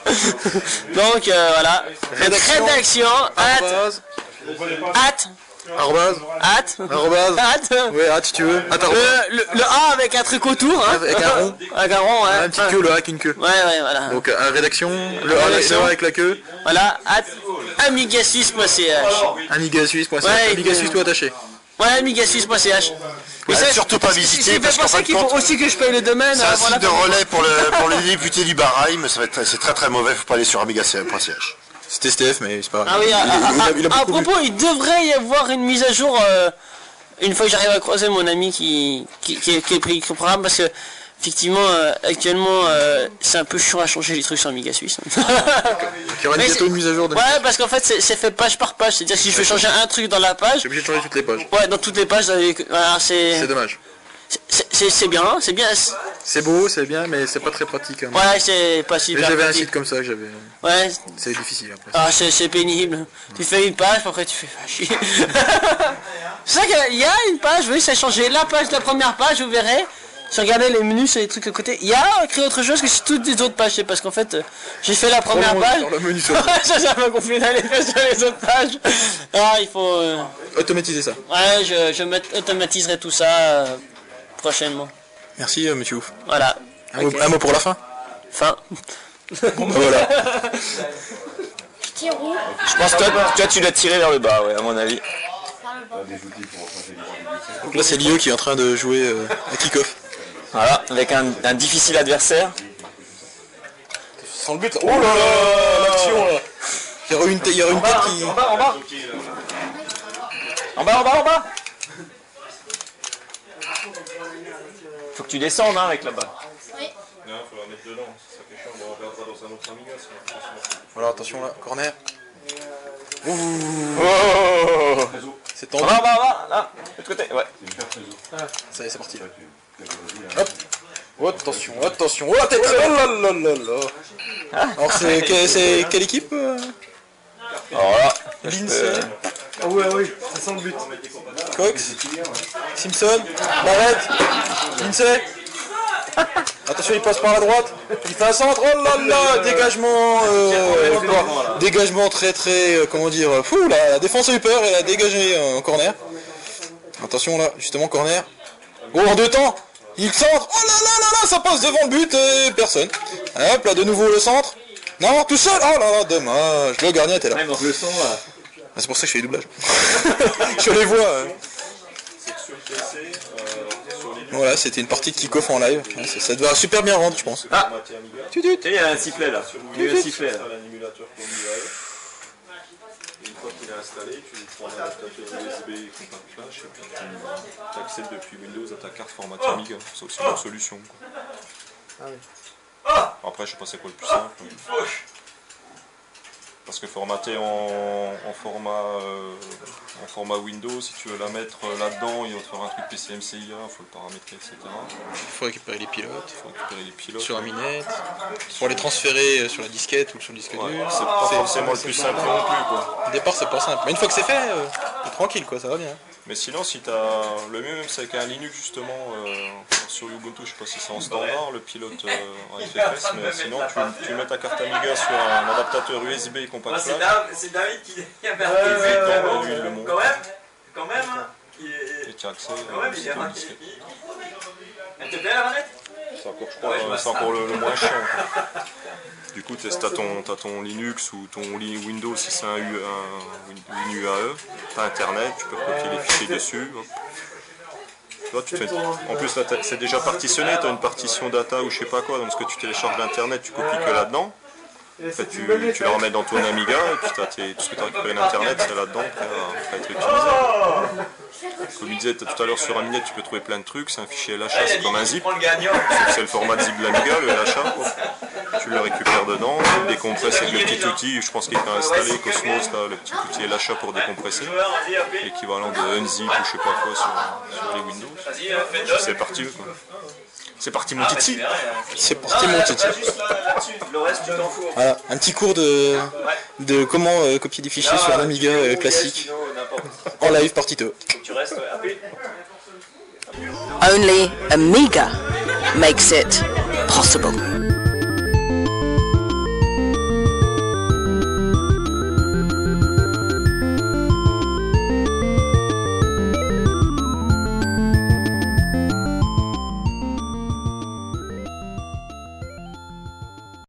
Donc euh, voilà.
Rédaction.
Rédaction. At. At.
Arrobase.
At.
Arrobase.
At.
Ouais, ah, si tu veux. Attends,
Le, le- le A avec un truc autour. Hein.
Avec un rond.
Avec un rond, hein.
un petit queue, le hack, une queue.
Ouais, ouais, voilà.
Donc, euh, rédaction, le A avec-
Ah, Rédaction.
le A avec la queue,
Voilà, at amigasus.ch.
amigasuisse.ch,
Ouais,
amigasuisse
euh,
tout attaché.
Ouais, amigasus.ch. Mais ça,
surtout pas
ce qui- ce qui
visiter,
fait
parce qu'en
penser
fin de
qu'il faut
compte,
aussi que je paye hein, le domaine.
C'est un
avant la
site de
fin du
relais
mois.
pour le, pour les députés du Bahreïn, mais ça va être, c'est très très mauvais, faut pas aller sur amiga.ch.
C'était STF, mais c'est pas
Ah oui, à, à- à- à propos, il devrait y avoir une mise à jour euh, une fois que j'arrive à croiser mon ami qui, qui, qui, est- qui est pris le programme parce que effectivement euh, actuellement euh, c'est un peu chiant à changer les trucs sur Amiga Suisse.
Il y aura
Mais
bientôt
c'est-
une mise à jour de.
Ouais parce qu'en fait c'est c'est fait page par page, c'est-à-dire que si je veux changer un truc dans la page,
J'ai obligé de changer toutes les pages.
ouais dans toutes les pages, ça- voilà, c'est
C'est dommage.
c'est- c'est c'est bien, hein, c'est bien, c'est-
C'est beau, c'est bien, mais c'est pas très pratique. hein.
ouais c'est pas
Mais
super.
J'avais un
pratique.
site comme ça, que j'avais.
Ouais,
C'est difficile après.
Ah, c'est c'est pénible. Tu fais une page, puis après tu fais Ah, chier. c'est ça qu'il y a une page, oui, ça a changé. La page, la première page, vous verrez. Si vous regardez les menus sur les trucs à côté, il y a écrit autre chose que sur toutes les autres pages. C'est parce qu'en fait, euh, j'ai fait la première
Vraiment,
page.
sur le menu, sur le-
ça, ça m'a confiné d'aller faire sur les autres pages. Ah, il faut. euh,
Automatiser ça.
Ouais, je, je m'aut- automatiserai tout ça euh, prochainement.
Merci, euh, monsieur Ouf.
Voilà.
Un,
Ok.
mot, un mot pour la fin
Fin.
voilà.
Je pense que toi, toi, tu l'as tiré vers le bas, ouais, à mon avis.
Donc là, c'est Lio qui est en train de jouer euh, à kick-off.
Voilà, avec un, un difficile adversaire.
Sans le but là. Oh là là L'action là Il y a eu une, t- il y a eu une tête qui.
bas, en bas En bas, en bas, en bas Faut que tu descendes hein, avec la balle.
Non, faut la mettre dedans, ça fait chiant, on regardera dans un autre amiga.
Voilà, attention là, corner. Ouh. C'est en
En bas, en bas, en bas, là, de l'autre côté, ouais.
Ça y est, c'est parti. Hop. Oh, attention, attention. Oh la tête Oh là là là là Alors, c'est que- c'est quelle équipe euh
Alors là,
Lindsay
Ah ouais, oui, ça sent le but.
Cox Simpson Barrett Lindsay Attention, il passe par la droite. Il fait un centre. Oh là là Dégagement. euh, dégagement très très. euh, comment dire Fou, la, la défense a eu peur. Elle a dégagé euh, en corner. Attention là, justement, corner. Oh, en deux temps Il centre Oh là là là là Ça passe devant le but et personne. Hop là, de nouveau le centre. Non, tout seul Oh là là, dommage Le gardien était là.
le son euh, là.
Ah, C'est pour ça que je fais les doublages. je les vois. euh. Voilà, c'était une partie de kick-off en live. Ouais, Ça, ça devait super bien rendre, je pense.
Ah Tu dis Il y a un sifflet là. Il y a eu un sifflet là.
L'émulateur pour l'UAE. Et une fois qu'il est installé, tu prends un adaptateur USB, qui pas de flash, et puis tu accèdes depuis Windows à ta carte format Amiga. C'est aussi une solution. quoi. Ah. Après, je sais pas c'est quoi le plus simple. Parce que formater en, en format, euh, en format Windows, si tu veux la mettre euh, là-dedans, il va te faire un truc PCMCIA, il faut le paramétrer, etc.
Il faut récupérer les pilotes.
faut récupérer les pilotes.
Sur Aminet. Pour les transférer euh, sur la disquette ou sur le disque
Ouais,
dur.
c'est pas forcément le plus simple non plus, quoi.
Au départ, c'est pas simple. Mais une fois que c'est fait, euh, t'es tranquille, quoi, ça va bien.
Mais sinon, si t'as le mieux, même c'est avec un Linux justement euh, sur Ubuntu, je sais pas si c'est en standard, le pilote euh, en FFS, mais sinon tu, tu mets ta carte Amiga sur un adaptateur USB compact flash.
C'est David qui qui a
tu
marqué.
fais tomber l'huile, le monde,
Quand même, quand même, hein, il
et
est.
tu as accès
Quand même,
euh,
il est
c'est au
marqué.
disque.
Elle te plaît la manette
C'est encore, je crois,
Ouais, je vois
euh, c'est
ça.
encore le, le moins chiant. quoi. Du coup, t'es- t'as ton, t'as ton Linux ou ton Li- Windows si c'est un, U- un Win- WinUAE, E, t'as Internet, tu peux copier les fichiers dessus. hop. Là, tu te fais- En plus, là, t'as- c'est déjà partitionné, tu as une partition data ou je sais pas quoi, donc ce que tu télécharges d'internet, tu copies que là-dedans. En fait, tu, tu la remets dans ton Amiga et puis t'as tes- tout ce que tu as récupéré d'internet, c'est là-dedans qui va- qui va être utilisé. Comme il disait tout à l'heure sur Aminet, tu peux trouver plein de trucs, c'est un fichier LHA, c'est comme un zip. Sauf que C'est le format de zip de l'Amiga, le LHA. quoi. Tu le récupères dedans, tu le décompresses avec le petit outil, je pense qu'il t'a installé Cosmos, là, le petit outil LHA pour décompresser, équivalent de unzip ou je sais pas quoi sur, sur les Windows. C'est parti, quoi. C'est parti mon titi.
C'est parti, mon titi. Voilà, un petit cours de, de comment euh, copier des
Ah,
fichiers sur l'Amiga euh, classique en live partito.
Tu restes euh, ouais, appelé.
Only Amiga makes it possible.